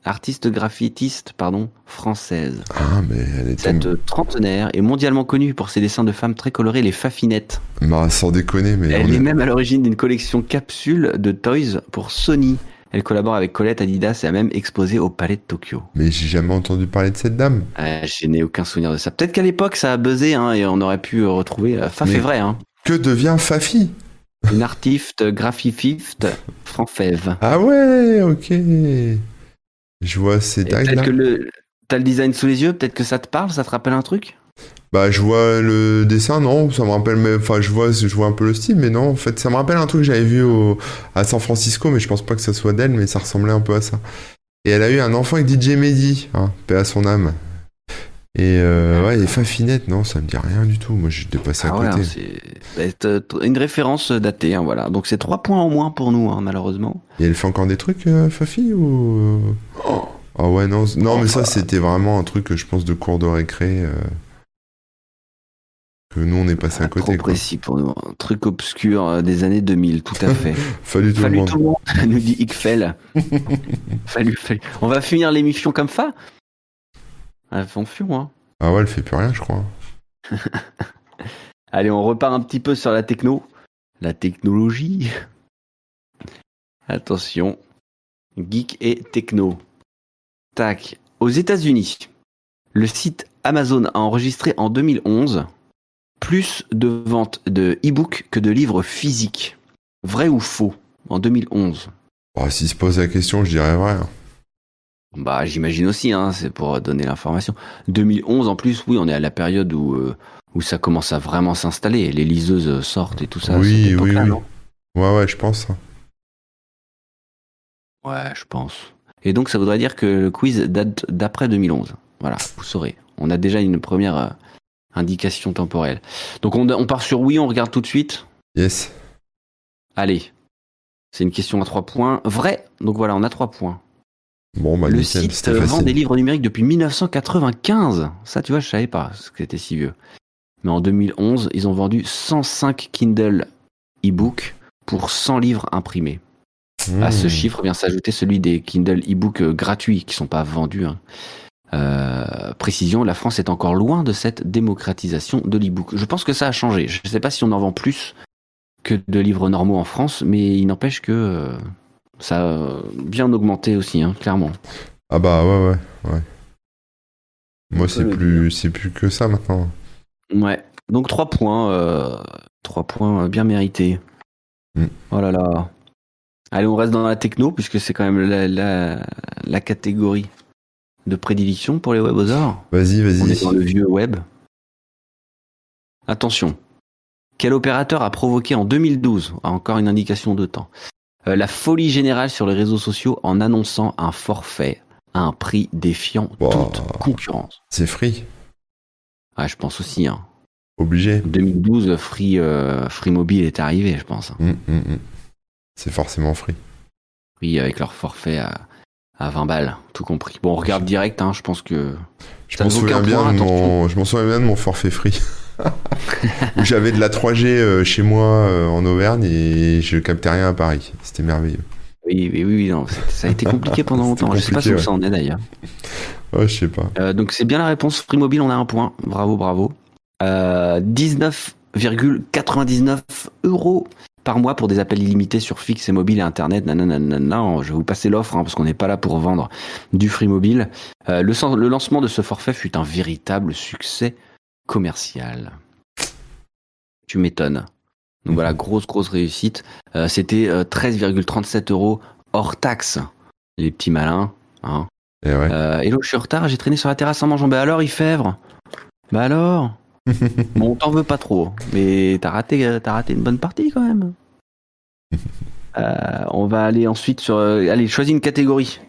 artiste graphitiste, pardon, française. Ah, mais elle est tombée. Cette trentenaire est mondialement connue pour ses dessins de femmes très colorés, les Fafinettes. Bah, sans déconner, mais. on Elle est- est même à l'origine d'une collection capsule de toys pour Sony. Elle collabore avec Colette Adidas et a même exposé au Palais de Tokyo. Mais j'ai jamais entendu parler de cette dame. Euh, je n'ai aucun souvenir de ça. Peut-être qu'à l'époque ça a buzzé hein, et on aurait pu euh, retrouver. euh, Faf Mais- est vrai, hein. Que devient Fafi une artiste graphifiste française. Ah ouais, ok. Je vois ces Et tags Peut-être là. que le t'as le design sous les yeux, peut-être que ça te parle, ça te rappelle un truc. Bah, je vois le dessin, non, ça me rappelle, mais enfin, je vois, je vois un peu le style, mais non, en fait, ça me rappelle un truc que j'avais vu au- à San Francisco, mais je pense pas que ça soit d'elle, mais ça ressemblait un peu à ça. Et elle a eu un enfant avec DJ Mehdi, hein, paix à son âme. Et euh, ouais, et Fafinette, non, ça me dit rien du tout. Moi, j'étais passé à Ah ouais, côté. hein, c'est c'est, euh, une référence datée, hein, voilà. Donc c'est trois points en moins pour nous, hein, malheureusement. Et elle fait encore des trucs, euh, Fafi ou Oh. Ah ouais, non, c- non, mais ça, c'était vraiment un truc que je pense de cours de récré. euh, Que nous on est passé à Trop côté quoi. précis pour nous. Un truc obscur euh, des années 2000, tout à fait. Fallu tout le Fallu monde. tout le monde, nous dit Iqfel. fallu, fallu. On va finir l'émission comme ça À fond fion, hein. Ah ouais, elle fait plus rien, je crois. Allez, on repart un petit peu sur la techno. La technologie. Attention. Geek et techno. Tac. Aux États-Unis, le site Amazon a enregistré en 2011 plus de ventes de e-books que de livres physiques. Vrai ou faux En 2011. Bah, S'il se pose la question, je dirais vrai. hein. Bah, j'imagine aussi, hein, c'est pour donner l'information. 2011, en plus, oui, on est à la période où, euh, où ça commence à vraiment s'installer. Les liseuses sortent et tout ça. à Oui, cette époque-là, oui, oui. non Ouais, ouais, je pense. hein. Ouais, je pense. Et donc, ça voudrait dire que le quiz date d'après 2011. Voilà, vous saurez. On a déjà une première euh, indication temporelle. Donc, on, on part sur oui, on regarde tout de suite. Yes. Allez, c'est une question à trois points. Vrai, donc voilà, on a trois points. Bon, bah, le nickel, site euh, c'était vend des facile. livres numériques depuis 1995. Ça, tu vois, je savais pas, parce que c'était si vieux. Mais en 2011, ils ont vendu 105 Kindle e-book pour 100 livres imprimés. À Mmh. Hmm. ce chiffre vient s'ajouter celui des Kindle e-book euh, gratuits qui sont pas vendus. hein. Euh, précision, la France est encore loin de cette démocratisation de l'e-book. Je pense que ça a changé. Je ne sais pas si on en vend plus que de livres normaux en France, mais il n'empêche que euh, ça a bien augmenté aussi, hein, clairement. Ah bah ouais, ouais, ouais. Moi, c'est le plus, c'est plus que ça maintenant. Ouais. Donc trois points, euh, trois points bien mérités. Mm. Oh là là. Allez, on reste dans la techno puisque c'est quand même la, la- la catégorie de prédilection pour les web aux arts. Vas-y, On est dans le vas-y. vieux web. Attention. Quel opérateur a provoqué en 2012, ah, encore une indication de temps, euh, la folie générale sur les réseaux sociaux en annonçant un forfait à un prix défiant Wow. toute concurrence C'est free, Ah, je pense aussi. Hein. obligé. 2012, Free, euh, Free Mobile est arrivé, je pense. hein. Mm, mm, mm. C'est forcément free. Free avec leur forfait à, à 20 balles, tout compris. Bon, on regarde direct, hein, je pense que. Je Ça m'en ne vaut souviens qu'un bien point, de mon, je m'en souviens bien de mon forfait free. Où j'avais de la 3G euh, chez moi euh, en Auvergne et je captais rien à Paris. C'était merveilleux. Oui, oui, oui, oui, non, c'est- ça a été compliqué pendant C'était longtemps. Je sais pas si compliqué, ça en est d'ailleurs. Ouais, Oh, je sais pas. Euh, donc c'est bien la réponse. Free Mobile, on a un point. Bravo, bravo. Euh, 19,99 euros par mois pour des appels illimités sur fixe et mobile et internet. Nanana, je vais vous passer l'offre hein, parce qu'on n'est pas là pour vendre du Free Mobile. Euh, le, sen- le lancement de ce forfait fut un véritable succès commercial. Tu m'étonnes. Donc voilà, grosse, grosse réussite. Euh, C'était euh, 13,37 euros hors taxe. Les petits malins. Hein. Et Eh ouais. Euh, hello, je suis en retard, j'ai traîné sur la terrasse en mangeant. Bah alors, il fèvre Bah alors Bon, on t'en veut pas trop, mais t'as raté, euh, t'as raté une bonne partie quand même. Euh, on va aller ensuite sur. euh, Allez, choisis une catégorie.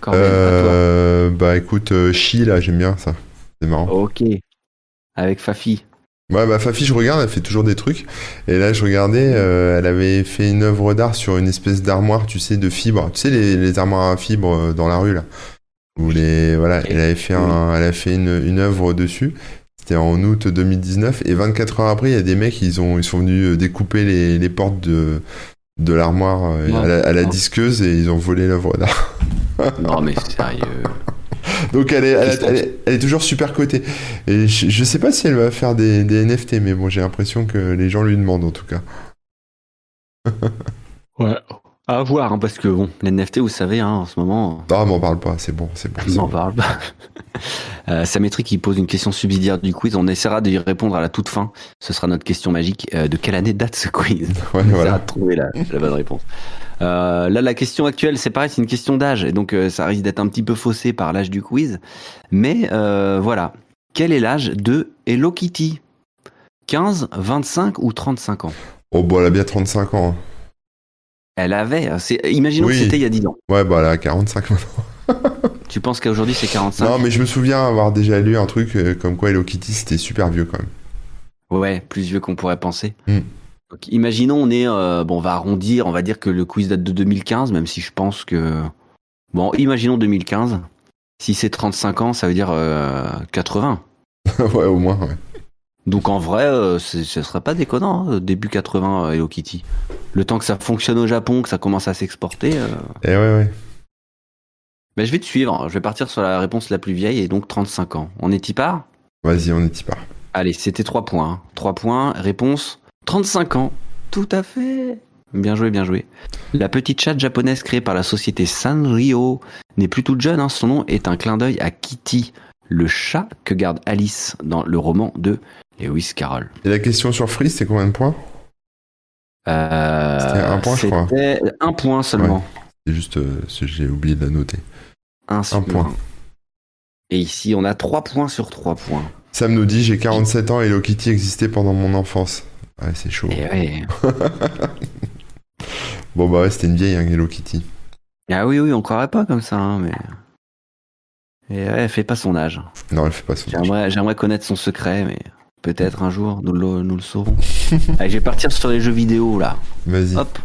Corben, Ah à toi. Euh, bah écoute, euh, Chi là, j'aime bien ça. C'est marrant. Ok. Avec Fafi. Ouais, bah Fafi, je regarde, elle fait toujours des trucs. Et là, je regardais, euh, elle avait fait une œuvre d'art sur une espèce d'armoire, tu sais, de fibres. Tu sais, les, les armoires à fibres euh, dans la rue, là. Où les, voilà, elle avait fait, un, elle a fait une, une œuvre dessus. C'était en août 2019. Et 24 heures après, il y a des mecs, ils, ont, ils sont venus euh, découper les, les portes de, de l'armoire euh, Ouais. à, la, à la Ouais. disqueuse et ils ont volé l'œuvre d'art. Non, mais sérieux. Donc, elle est, elle, Qu'est-ce elle est- elle est toujours super cotée. Et je, je sais pas si elle va faire des, des NFT, mais bon, j'ai l'impression que les gens lui demandent, en tout cas. Ouais. À voir, hein, parce que bon, les NFT, vous savez, hein, en ce moment, Non, m'en parle pas, c'est bon, c'est bon. c'est Ils en bon. parlent pas. Euh, Samétrie qui pose une question subsidiaire du quiz. On essaiera d'y répondre à la toute fin. Ce sera notre question magique. Euh, de quelle année date ce quiz Ouais, On essaiera voilà. de trouver la, la bonne réponse. Euh, là, la question actuelle, c'est pareil, c'est une question d'âge. Et donc, euh, ça risque d'être un petit peu faussé par l'âge du quiz. Mais euh, voilà. Quel est l'âge de Hello Kitty 15, 25 ou 35 ans Oh, bah, elle a bien 35 ans. Elle avait. euh, c'est- Imaginons Oui. que c'était il y a 10 ans. Ouais, bah, elle a 45 maintenant. Tu penses qu'aujourd'hui, c'est 45 Non, mais je me souviens avoir déjà lu un truc euh, comme quoi Hello Kitty, c'était super vieux quand même. Ouais, plus vieux qu'on pourrait penser. Hmm. Donc, imaginons, on est, euh, bon, on va arrondir, on va dire que le quiz date de 2015, même si je pense que, bon, imaginons 2015. Si c'est 35 ans, ça veut dire euh, 80. ouais, au moins, ouais. Donc en vrai, euh, c'est- ce serait pas déconnant, hein, début 80 euh, Hello Kitty. Le temps que ça fonctionne au Japon, que ça commence à s'exporter. euh, Et ouais, ouais. ben, je vais te suivre, je vais partir sur la réponse la plus vieille, et donc 35 ans. On est y part Vas-y, on est y part. Allez, c'était 3 points. hein. 3 points, réponse 35 ans. Tout à fait. Bien joué, bien joué. La petite chatte japonaise créée par la société Sanrio n'est plus toute jeune. hein. Son nom est un clin d'œil à Kitty, le chat que garde Alice dans le roman de Lewis Carroll. Et la question sur Free, c'était combien de points Euh, C'était un point, je crois. c'était un point seulement. C'est juste, euh, ce- j'ai oublié de la noter. Un, seul point. point. Et ici, on a 3 points sur 3 points. Sam nous dit, j'ai 47 ans et Hello Kitty existait pendant mon enfance. Ouais, c'est chaud. Et ouais. Bon, bah, ouais, c'était une vieille, hein, Hello Kitty. Ah oui, oui, on croirait pas comme ça, hein, mais. Et ouais, elle fait pas son âge. Non, elle fait pas son âge. J'aimerais, j'aimerais connaître son secret, mais peut-être un jour nous le, nous le saurons. Allez, je vais partir sur les jeux vidéo là. Vas-y. Hop.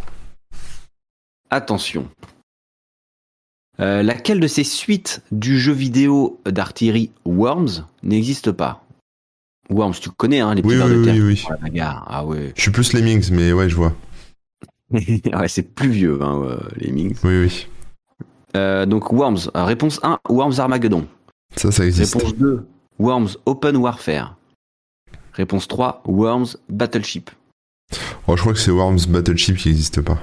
Attention. Euh, laquelle de ces suites du jeu vidéo d'artillerie Worms n'existe pas Worms, tu connais hein, les petits Oui, vers oui, de terre oui, qui oui. font la bagarre. Ah ouais. Je suis plus Lemmings, mais ouais, je vois. ouais, c'est plus vieux, hein, euh, les Mings. Oui, oui. Euh, donc Worms, Euh, réponse 1, Worms Armageddon. Ça, ça existe. Réponse 2, Worms Open Warfare. Réponse 3, Worms Battleship. Oh, je crois que c'est Worms Battleship qui n'existe pas.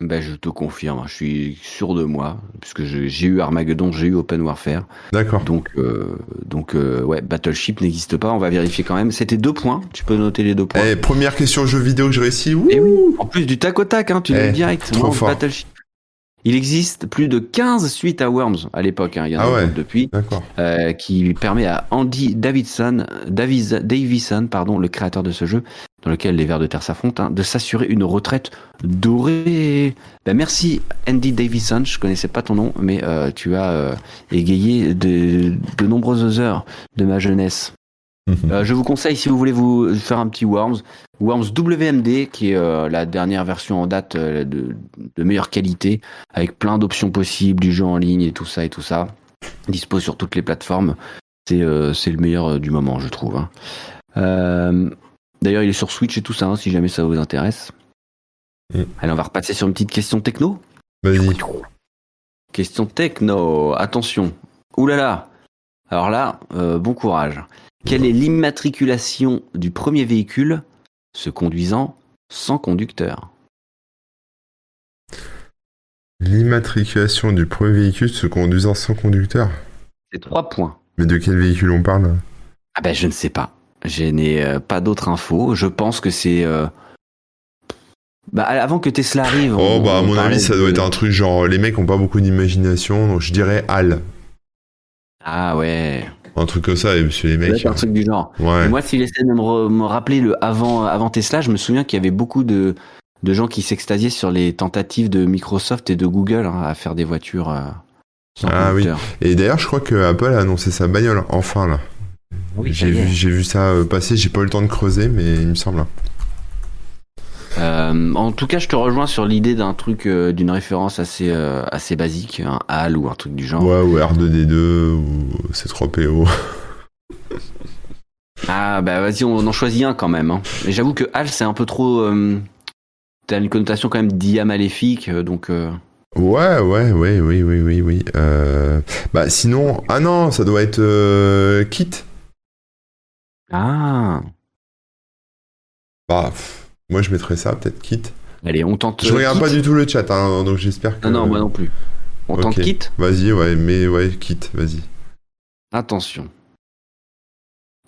Ben, je te confirme, hein, je suis sûr de moi, puisque je- j'ai eu Armageddon, j'ai eu Open Warfare. D'accord. Donc, euh, donc euh, ouais, Battleship n'existe pas, on va vérifier quand même. C'était deux points, tu peux noter les deux points. Eh, première question jeu vidéo que j'ai réussi. Ouh Et oui, en plus du tac au tac, hein, tu Eh, le dis direct. trop Worms fort. Battleship. Il existe plus de 15 suites à Worms à l'époque, hein, il y en a Ah ouais. d'autres depuis, D'accord. euh, qui permet à Andy Davidson, Davis, Davison, pardon, le créateur de ce jeu, dans lequel les vers de terre s'affrontent, hein, de s'assurer une retraite dorée. Ben, merci Andy Davison, je connaissais pas ton nom, mais euh, tu as euh, égayé de, de nombreuses heures de ma jeunesse. Euh, je vous conseille, si vous voulez vous faire un petit Worms, Worms WMD, qui est euh, la dernière version en date euh, de, de meilleure qualité, avec plein d'options possibles, du jeu en ligne et tout ça et tout ça, dispo sur toutes les plateformes. C'est euh, c'est le meilleur euh, du moment, je trouve. hein. Euh, D'ailleurs, il est sur Switch et tout ça, hein, si jamais ça vous intéresse. Mm. Allez, on va repasser sur une petite question techno. Vas-y. Question techno, attention. Ouh là là. Alors là, euh, bon courage. Quelle est l'immatriculation du premier véhicule se conduisant sans conducteur L'immatriculation du premier véhicule se conduisant sans conducteur. C'est trois points. Mais de quel véhicule on parle Ah ben je ne sais pas. Je n'ai euh, pas d'autres infos. Je pense que c'est... euh, Bah, avant que Tesla arrive... Oh, on- bah, à on mon parlait avis, ça de- doit être un truc genre les mecs ont pas beaucoup d'imagination, donc je dirais HAL. Ah ouais. Un truc comme ça, et monsieur les Ça doit mecs. être un truc du genre. hein. Ouais. Et Moi, s'il essaie de me, re- me rappeler le avant, avant Tesla, je me souviens qu'il y avait beaucoup de, de gens qui s'extasiaient sur les tentatives de Microsoft et de Google hein, à faire des voitures euh, sans Ah oui. conducteur. Et d'ailleurs, je crois que Apple a annoncé sa bagnole, enfin là. j'ai, vu, j'ai vu ça euh, passer, j'ai pas eu le temps de creuser, mais il me semble. Euh, en tout cas, je te rejoins sur l'idée d'un truc, euh, d'une référence assez, euh, assez basique, un HAL ou un truc du genre. Ouais, ou R2D2, ou C3PO. Ah bah vas-y, on en choisit un quand même. Hein. Mais j'avoue que HAL, c'est un peu trop... euh, T'as une connotation quand même d'IA maléfique, euh, donc... euh, Ouais, ouais, ouais, oui, oui, oui, oui. Euh, Bah sinon, ah non, ça doit être euh, Kit. Ah Bah, pff, moi je mettrais ça, peut-être Kit. Allez, on tente... Je euh, regarde Kit. Ah pas du tout le chat, hein, donc j'espère que. Non, bah non, moi non plus. On tente Ok. quitte Vas-y, ouais, mais ouais, Kit, vas-y. Attention.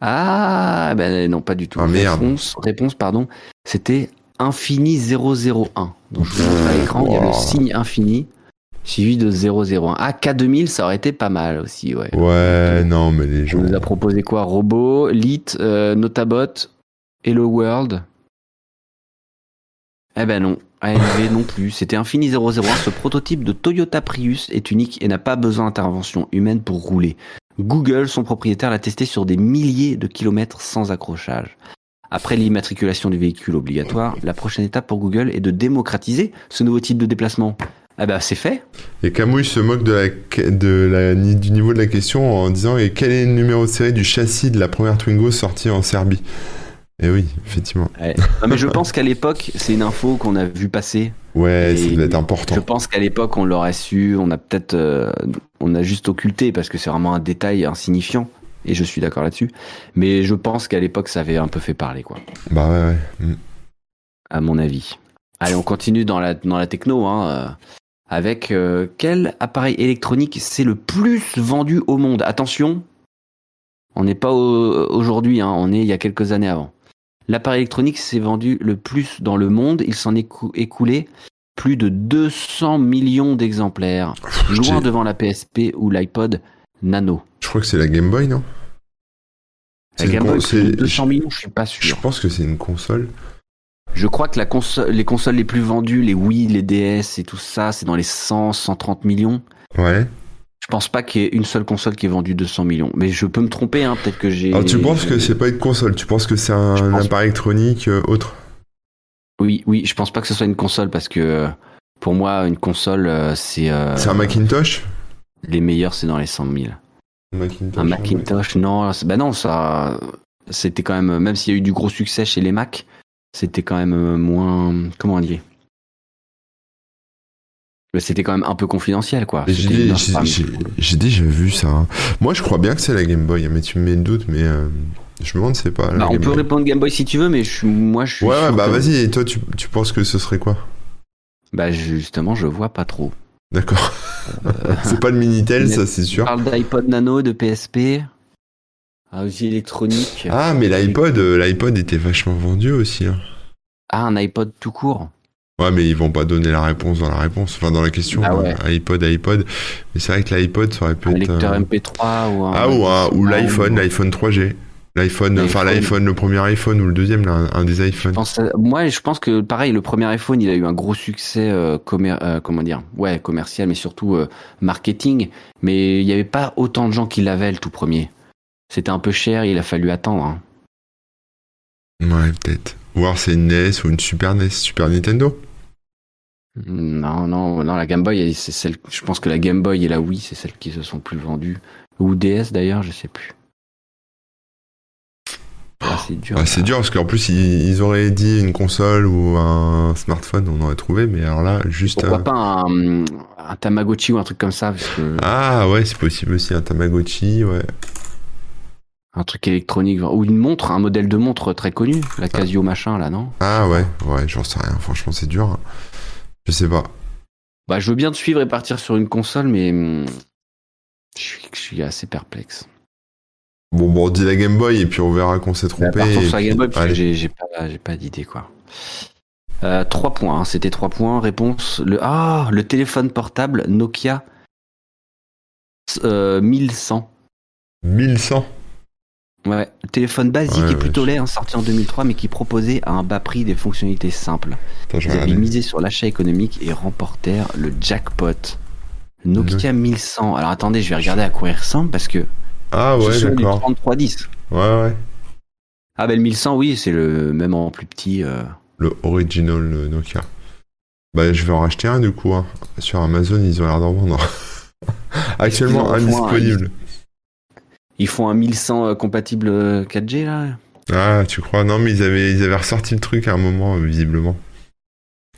Ah, ben non, pas du tout. Ah, merde. Réponse, réponse, pardon. C'était Infini 001. Donc je vous montre à l'écran, il y a Wow. le signe infini suivi de 001. Ah, K2000, ça aurait été pas mal aussi, ouais. Ouais, non, mais les Je gens. vous a proposé quoi Robot, Lit, euh, Notabot, Hello World Eh ben non, AMV non plus. C'était Infini 001. Ce prototype de Toyota Prius est unique et n'a pas besoin d'intervention humaine pour rouler. Google, son propriétaire, l'a testé sur des milliers de kilomètres sans accrochage. Après l'immatriculation du véhicule obligatoire, la prochaine étape pour Google est de démocratiser ce nouveau type de déplacement. Eh ben c'est fait. Et Camouille se moque de la, de la, du niveau de la question en disant Et quel est le numéro de série du châssis de la première Twingo sortie en Serbie Et oui, effectivement. Non, Ah, mais je pense qu'à l'époque, c'est une info qu'on a vu passer Ouais, Et ça doit être important. Je pense qu'à l'époque, on l'aurait su, on a peut-être, euh, on a juste occulté parce que c'est vraiment un détail insignifiant. Et je suis d'accord là-dessus. Mais je pense qu'à l'époque, ça avait un peu fait parler, quoi, Bah ouais, ouais. Mm. à mon avis. Allez, on continue dans la, dans la techno, hein, euh, avec euh, quel appareil électronique c'est le plus vendu au monde Attention, on n'est pas au- aujourd'hui, hein, on est il y a quelques années avant. L'appareil électronique s'est vendu le plus dans le monde, il s'en est cou- écoulé plus de 200 millions d'exemplaires. Je loin dis- devant la PSP ou l'iPod Nano. Je crois que c'est la Game Boy, non La C'est Game une Boy, con- plus de c'est- 200 millions, je suis pas Je sûr. pense que c'est une console. Je crois que la console, les consoles les plus vendues, les Wii, les DS et tout ça, c'est dans les 100, 130 millions. Ouais. Je pense pas qu'il y ait une seule console qui ait vendu 200 millions. Mais je peux me tromper, hein, peut-être que j'ai... Alors Ah, tu penses que c'est pas une console, tu penses que c'est un, Je pense- appareil électronique euh, autre Oui, oui, je pense pas que ce soit une console parce que... euh, Pour moi, une console, euh, c'est... euh, C'est un Macintosh Les meilleurs, c'est dans les 100 000. Macintosh, Un ouais. Macintosh, non, c'est- bah non, ça, c'était quand même, même s'il y a eu du gros succès chez les Mac, c'était quand même euh, moins. Comment dire Mais C'était quand même un peu confidentiel, quoi. Et J'ai C'était dit, une j'ai- infâme. j'ai- j'ai déjà vu ça. hein. Moi, je crois bien que c'est la Game Boy, hein, mais tu me mets le doute, mais euh, je me demande si c'est pas la Bah, on Game peut Boy. répondre Game Boy si tu veux, mais je, suis- moi je suis. Ouais, ouais, sûr bah que- vas-y, et toi, tu, tu penses que ce serait quoi Bah justement, je vois pas trop. D'accord. c'est pas le Minitel, Euh, Mais- ça, c'est On sûr. parle d'iPod Nano, de PSP, un outil Ah, électronique. Ah, mais l'iPod, euh, l'iPod était vachement vendu aussi. hein. Ah, un iPod tout court. Ouais, mais ils vont pas donner la réponse dans la réponse, enfin dans la question. Ah hein. ouais. iPod, iPod. Mais c'est vrai que l'iPod, ça aurait pu Un être. lecteur euh, MP3 ou un. Ah, ou, un- ou l'iPhone, ou- l'iPhone 3G. L'iPhone, enfin L'iPhone. l'iPhone, le premier iPhone ou le deuxième, là, un, un des Je iPhones. pense à- Moi, je pense que pareil, le premier iPhone, il a eu un gros succès, euh, commer- euh, comment dire, ouais, commercial, mais surtout euh, marketing. Mais il n'y avait pas autant de gens qui l'avaient le tout premier. C'était un peu cher, il a fallu attendre. hein. Ouais, peut-être. Ou alors c'est une NES ou une Super NES, Super Nintendo. Non, non, non, la Game Boy, elle, c'est celle. Je pense que la Game Boy et la Wii, c'est celles qui se sont plus vendues. Ou DS d'ailleurs, je sais plus. Ah, c'est dur. Ah, c'est ça. dur parce qu'en plus ils, ils auraient dit une console ou un smartphone, on aurait trouvé, mais alors là, juste Pourquoi un- pas un, un Tamagotchi ou un truc comme ça parce que Ah ouais, c'est possible aussi, un Tamagotchi, ouais. Un truc électronique. genre- Ou une montre, un modèle de montre très connu. La Casio machin, là, non Ah ouais, ouais, j'en sais rien, franchement c'est dur. hein. Je sais pas. Bah, je veux bien te suivre et partir sur une console, mais. hum, Je suis, je suis assez perplexe. Bon, bon, on dit la Game Boy et puis on verra qu'on s'est trompé. Bah, Partons et sur la puis- Game Boy, parce que allez. j'ai j'ai pas, j'ai pas d'idée, quoi. Euh, 3 points, hein, c'était 3 points. Réponse le, Ah, le téléphone portable Nokia euh, 1100. 1100. Ouais, le téléphone basique Ouais, et ouais, plutôt je- laid, hein, sorti en 2003, mais qui proposait à un bas prix des fonctionnalités simples. Putain, je Ils vais avaient regarder. misé sur l'achat économique et remportèrent le jackpot. Nokia 1100. Alors attendez, je vais regarder à quoi il ressemble parce que Ah je ouais, suis du d'accord. 3310. Ouais, ouais. Ah ben le 1100, oui, c'est le même en plus petit. euh. Le original euh, Nokia. Bah, je vais en racheter un du coup. hein. Sur Amazon, ils ont l'air d'en vendre. Actuellement, Ils en font un, indisponible. Ils font un 1100 euh, compatible euh, 4G là. Ah, tu crois Non, mais ils avaient, ils avaient ressorti le truc à un moment, euh, visiblement.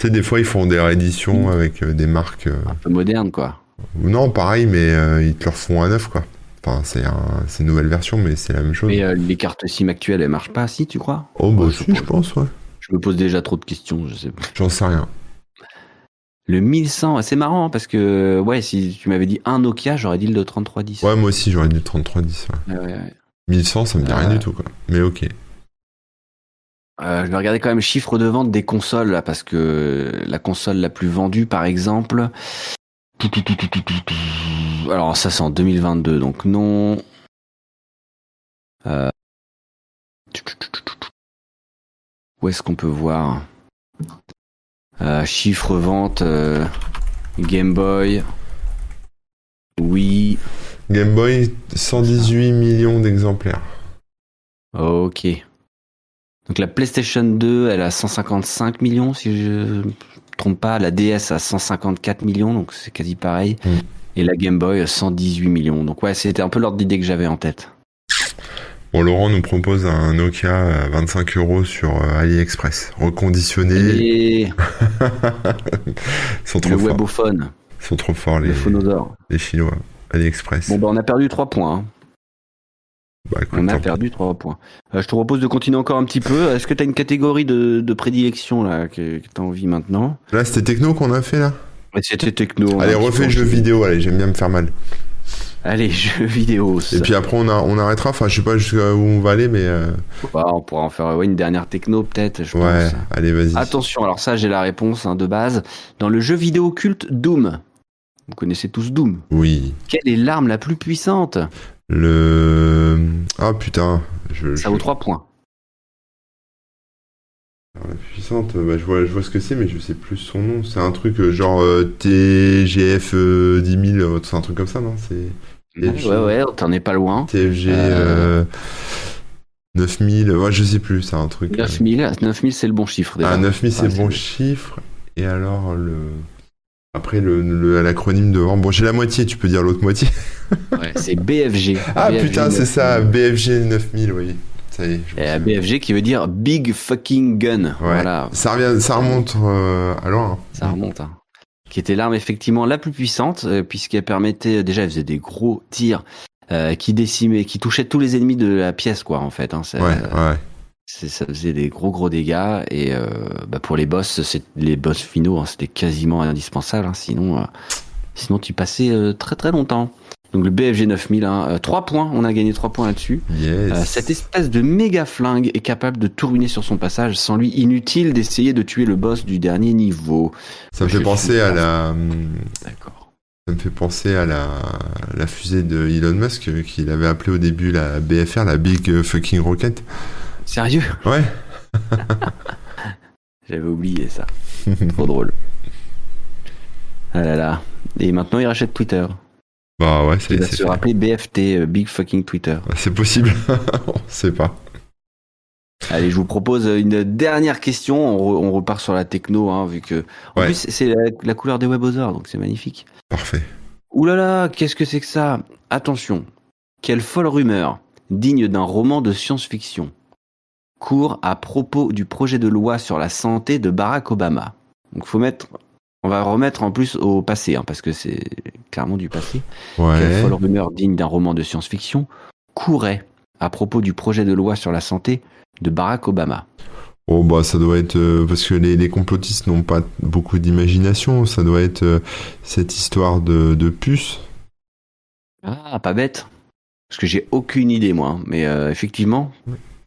Tu sais, des fois, ils font des rééditions Mm. avec euh, des marques. euh, Un peu moderne quoi. Non, pareil, mais euh, ils te le refont à neuf, quoi. Enfin, c'est un- c'est une nouvelle version, mais c'est la même chose. Mais euh, les cartes SIM actuelles, elles marchent pas, si tu crois oh, bah, ouais, si, je je pense, ouais. Je me pose déjà trop de questions, je sais pas. J'en sais rien. Le 1100, c'est marrant hein, parce que ouais, si tu m'avais dit un Nokia, j'aurais dit le 3310. Ouais, moi aussi, j'aurais dit 3310. ouais. Ouais, ouais, ouais. 1100, ça me dit rien Euh. du tout, quoi. Mais ok. Euh, je vais regarder quand même chiffre de vente des consoles là, parce que la console la plus vendue par exemple. Alors ça c'est en 2022 donc non. Euh, Où est-ce qu'on peut voir Euh, Chiffre vente euh, Game Boy. Oui. Game Boy, 118 millions d'exemplaires. Ok. Donc la PlayStation 2, elle a 155 millions, si je ne me trompe pas. La DS a 154 millions, donc c'est quasi pareil. Mm. Et la Game Boy, 118 millions. Donc ouais, c'était un peu l'ordre d'idée que j'avais en tête. Bon, Laurent nous propose un Nokia à 25 euros sur euh, AliExpress, reconditionné. Et Ils sont le trop forts. webophone, Ils sont trop forts, les, le phonosor. les Chinois. AliExpress. Bon, bah on a perdu 3 points. hein. Bah, écoute, On a tant perdu 3 points. Euh, je te propose de continuer encore un petit peu. Est-ce que tu as une catégorie de, de prédilection là, que, que tu as envie maintenant pis. Là, c'était techno qu'on a fait, là Ouais, C'était techno. on a Allez, un petit refais peu- jeu vidéo, allez, j'aime bien me faire mal. Allez, jeux vidéo. Et puis après, on, a, on arrêtera. Enfin, je sais pas jusqu'à où on va aller, mais. euh, Bah, on pourra en faire ouais, une dernière techno peut-être, je Ouais, pense. allez, vas-y. Attention, alors ça j'ai la réponse hein, de base. Dans le jeu vidéo culte Doom, vous connaissez tous Doom, Oui. quelle est l'arme la plus puissante Le. Ah putain. Je, Ça je- vaut 3 points. La puissante, bah, je, vois, je vois ce que c'est, mais je sais plus son nom. C'est un truc euh, genre euh, TGF euh, 10000, euh, c'est un truc comme ça, non C'est Ouais, je- ouais, ouais, t'en es pas loin. TFG Euh. euh, 9000, ouais, je sais plus, c'est un truc. euh, 9000, 9000 c'est le bon chiffre déjà. Ah, 9000, c'est Ouais, le bon chiffre. Et alors, le. Après, le, le- l'acronyme devant. Bon, j'ai la moitié, tu peux dire l'autre moitié. Ouais, c'est BFG. Ah BFG, putain, c'est ça, 9000. BFG 9000, oui. Ça y est. je me Et souviens. BFG qui veut dire Big Fucking Gun. Voilà, Ça, revient, ça remonte euh, à loin. ça remonte. hein. Qui était l'arme effectivement la plus puissante, euh, puisqu'elle permettait, déjà elle faisait des gros tirs euh, qui décimaient, qui touchaient tous les ennemis de la pièce, quoi, en fait. hein. Ça- Ouais, ouais. c'est- ça faisait des gros gros dégâts, et euh, bah, pour les boss, c'est- les boss finaux, hein, c'était quasiment indispensable, hein, sinon, euh, sinon tu passais euh, très très longtemps. Donc le BFG 9000, hein, 3 points, on a gagné 3 points là-dessus. Yes. Euh, cette espèce de méga flingue est capable de tourner sur son passage, sans lui inutile d'essayer de tuer le boss du dernier niveau. ça me je fait suis penser à la. hum, D'accord. Ça me fait penser à la, la fusée de Elon Musk euh, qu'il avait appelée au début la BFR, la Big euh, Fucking Rocket. Sérieux Ouais. J'avais oublié ça. Trop drôle. Ah là là. Et maintenant, il rachète Twitter. Bah ouais, Il c'est va c'est se fait. rappeler BFT, euh, Big Fucking Twitter. C'est possible. On sait pas. Allez, je vous propose euh, une dernière question. On, re- on repart sur la techno, hein, vu que. En Ouais. plus, c'est la, la couleur des webosards, donc c'est magnifique. Parfait. Ouh là là, qu'est-ce que c'est que ça Attention, quelle folle rumeur, digne d'un roman de science-fiction, court à propos du projet de loi sur la santé de Barack Obama. Donc faut mettre, on va remettre en plus au passé, hein, parce que c'est clairement du passé. Quelle Ouais. folle rumeur digne d'un roman de science-fiction courait à propos du projet de loi sur la santé de Barack Obama. Oh bah ça doit être euh, parce que les, les complotistes n'ont pas beaucoup d'imagination. Ça doit être euh, cette histoire de, de puce. Ah, pas bête. Parce que j'ai aucune idée, moi. hein. Mais euh, effectivement,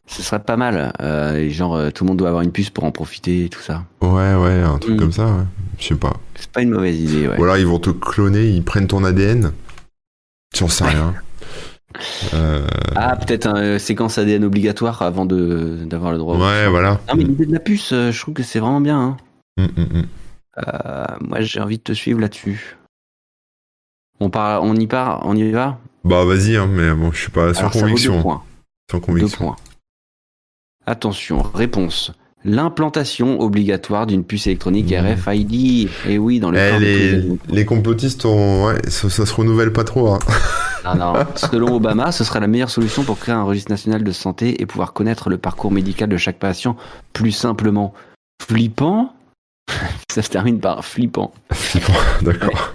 ce serait pas mal. Euh, et genre, euh, tout le monde doit avoir une puce pour en profiter et tout ça. Ouais, ouais, un truc Mm. comme ça. ouais. Je sais pas. C'est pas une mauvaise idée, ouais. Ou alors ils vont te cloner, ils prennent ton ADN. J'en sais rien. Euh, Ah, peut-être un euh, séquence ADN obligatoire avant de d'avoir le droit. ouais, voilà. Non, mais l'idée de la puce, euh, je trouve que c'est vraiment bien. hein. Mm, mm, mm. Euh, moi, j'ai envie de te suivre là-dessus. On, part, on y part, on y va Bah vas-y, hein, mais bon, je suis pas sans Alors, ça vaut conviction. deux points. Sans Deux conviction. points. Attention, réponse. L'implantation obligatoire d'une puce électronique Mmh. RFID. Et oui, dans le Eh, corps de tous les, les- les complotistes, ont... ouais, ça, ça se renouvelle pas trop. hein. Non, non. Selon Obama, ce sera la meilleure solution pour créer un registre national de santé et pouvoir connaître le parcours médical de chaque patient plus simplement. Flippant Ça se termine par flippant. D'accord.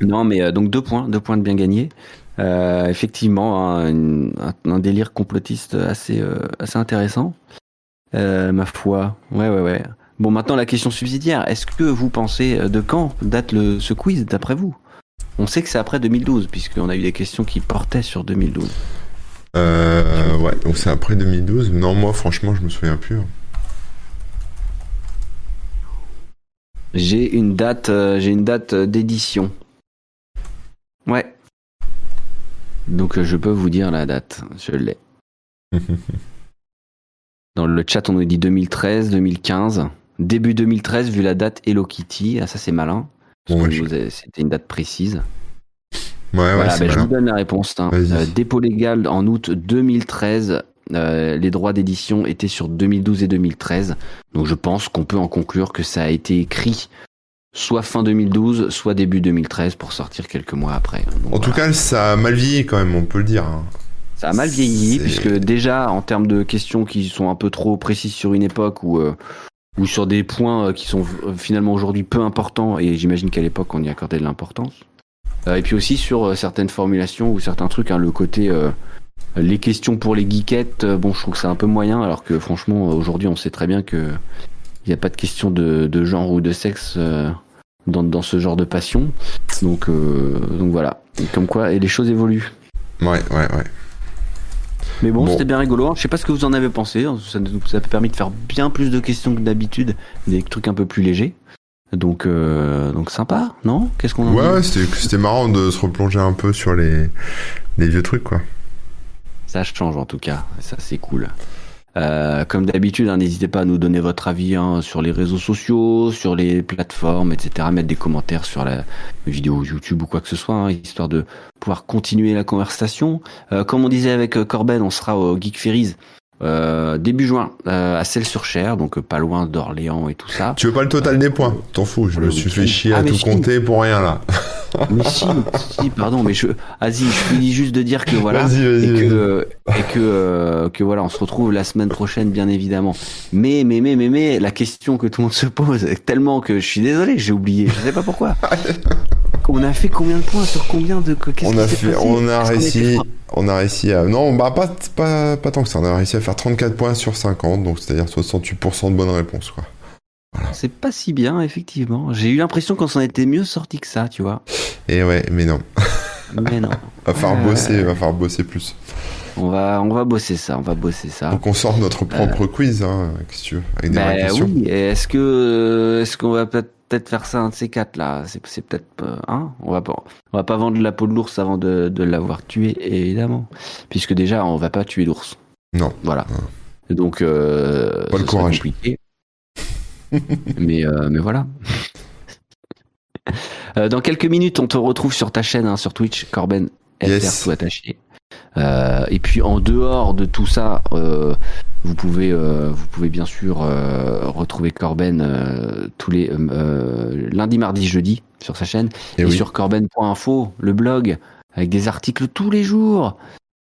Non, mais euh, donc deux points, deux points de bien gagné. Euh, effectivement, un, une- un- un délire complotiste assez, euh, assez intéressant. Euh, ma foi, ouais, ouais, ouais. Bon, maintenant la question subsidiaire. Est-ce que vous pensez euh, de quand date le, ce quiz, d'après vous On sait que c'est après 2012, puisqu'on a eu des questions qui portaient sur 2012. Euh, ouais, donc c'est après 2012. Non, moi, franchement, je me souviens plus. hein. J'ai une date, euh, j'ai une date euh, d'édition. Ouais. Donc euh, je peux vous dire la date, je l'ai. Dans le chat, on nous dit 2013, 2015. Début 2013, vu la date Hello Kitty. Ah, ça, c'est malin. Parce Bon, que ouais, je- vous avez- C'était une date précise. Ouais, ouais, voilà, c'est ben, je vous malin. donne la réponse. hein. Vas-y. Euh, dépôt légal en août 2013. Euh, les droits d'édition étaient sur 2012 et 2013. Donc, je pense qu'on peut en conclure que ça a été écrit soit fin 2012, soit début 2013 pour sortir quelques mois après. Donc, En tout voilà. cas, ça a mal vieilli quand même, on peut le dire. hein. Ça a mal vieilli, C'est- puisque déjà, en termes de questions qui sont un peu trop précises sur une époque ou euh, ou sur des points euh, qui sont euh, finalement aujourd'hui peu importants, et j'imagine qu'à l'époque, on y accordait de l'importance. Euh, et puis aussi sur euh, certaines formulations ou certains trucs, hein, le côté euh, les questions pour les geekettes, euh, bon, je trouve que c'est un peu moyen, alors que franchement, euh, aujourd'hui, on sait très bien que il n'y a pas de question de, de genre ou de sexe euh, dans, dans ce genre de passion. Donc, euh, donc voilà. Et comme quoi, et les choses évoluent. Ouais, ouais, ouais. Mais bon, Bon. c'était bien rigolo. hein. Je sais pas ce que vous en avez pensé. hein. Ça nous ça a permis de faire bien plus de questions que d'habitude, des trucs un peu plus légers. Donc, euh, donc sympa, non Qu'est-ce qu'on en Ouais, dit ouais, c'était c'était marrant de se replonger un peu sur les, les vieux trucs, quoi. Ça change en tout cas. Ça, c'est cool. Euh, comme d'habitude, hein, n'hésitez pas à nous donner votre avis hein, sur les réseaux sociaux, sur les plateformes, etc. Mettre des commentaires sur la vidéo YouTube ou quoi que ce soit, hein, histoire de pouvoir continuer la conversation. Euh, comme on disait avec euh, Corben, on sera au Geek Ferries euh, début juin euh, à Celles-sur-Cher, donc euh, pas loin d'Orléans et tout ça. Tu veux pas le total des points T'en fous, je Oh, Le me suis week-end. fait chier Ah, à mais tout si. compter pour rien, là. Mais si, si, pardon, mais je, Asie, je finis juste de dire que voilà, Vas-y, vas-y, et vas-y. que, et que, euh, que voilà, on se retrouve la semaine prochaine, bien évidemment. Mais, mais, mais, mais, mais, la question que tout le monde se pose, tellement que je suis désolé, j'ai oublié, je sais pas pourquoi. on a fait combien de points sur combien de, que- qu'est-ce on qui a s'est fait, passé on a Est-ce qu'on était réussi, fort on a réussi à, non, bah pas, pas, pas tant que ça, on a réussi à faire 34 points sur 50, donc c'est-à-dire 68% de bonnes réponses, quoi. C'est pas si bien, effectivement. J'ai eu l'impression qu'on s'en était mieux sorti que ça, tu vois. Et ouais, mais non, Mais non. va falloir Ah, Ouais. bosser, va falloir bosser plus. On va, on va bosser ça, on va bosser ça. Donc on sort notre propre quiz, hein, qu'est-ce que tu veux, avec des vraies Ben questions. Ah. oui, et est-ce que est-ce qu'on va peut-être peut-être faire ça un de ces quatre là C'est c'est peut-être euh, hein On va pas on va pas vendre la peau de l'ours avant de, de l'avoir tué évidemment, puisque déjà on va pas tuer l'ours. Non. Voilà. Donc euh, Pas le ce serait courage. compliqué. mais euh, mais voilà. Euh, Dans quelques minutes, on te retrouve sur ta chaîne, hein, sur Twitch, Corben FR Yes. tout attaché. Euh, et puis en dehors de tout ça, euh, vous pouvez, euh, vous pouvez bien sûr euh, retrouver Corben euh, tous les euh, euh, lundi, mardi, jeudi sur sa chaîne Et et, Eh oui. sur corben.info, le blog avec des articles tous les jours.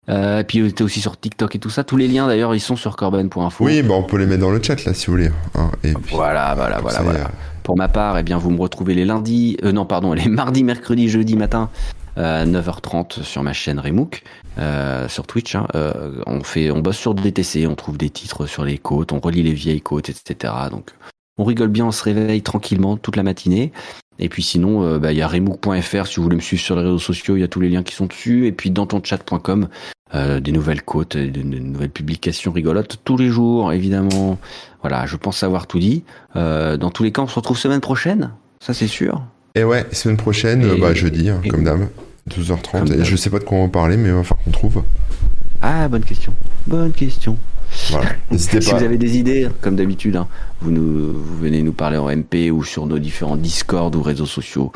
Euh, et puis t'es aussi sur TikTok et tout ça. Tous les liens d'ailleurs, ils sont sur corben.info. Oui, bah on peut les mettre dans le chat là si vous voulez. hein, et puis, Ah, Voilà, voilà, comme voilà, ça, voilà. euh, Pour ma part, eh bien, vous me retrouvez les lundis, euh, non, pardon, les mardis, mercredis, jeudi matin, euh, 9h30 sur ma chaîne Remook, euh, sur Twitch. hein. Euh, on fait, on bosse sur DTC, on trouve des titres sur les côtes, on relit les vieilles côtes, etc. Donc, on rigole bien, on se réveille tranquillement toute la matinée. Et puis sinon, euh, bah, il y a remook.fr si vous voulez me suivre sur les réseaux sociaux, il y a tous les liens qui sont dessus. Et puis dans ton chat.com, euh, des nouvelles côtes, des, des nouvelles publications rigolotes tous les jours, évidemment. Voilà, je pense avoir tout dit. Euh, dans tous les cas, on se retrouve semaine prochaine, ça c'est sûr. Et ouais, semaine prochaine, Et- euh, bah, jeudi, hein, et- comme d'hab, Comme 12h30. d'hab. Et je sais pas de quoi on va parler, mais il va falloir qu'on trouve. Ah, bonne question. Bonne question. Voilà. N'hésitez si pas. vous avez des idées, comme d'habitude, hein, vous, nous, vous venez nous parler en MP ou sur nos différents Discord ou réseaux sociaux.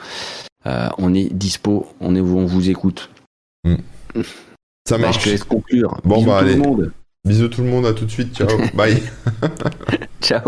Euh, on est dispo, on, est, on vous écoute. Ça Bah, je marche. te laisse conclure. Bon, Bisous bah, tout allez. le monde. Bisous tout le monde, à tout de suite. Ciao. Bye. Ciao.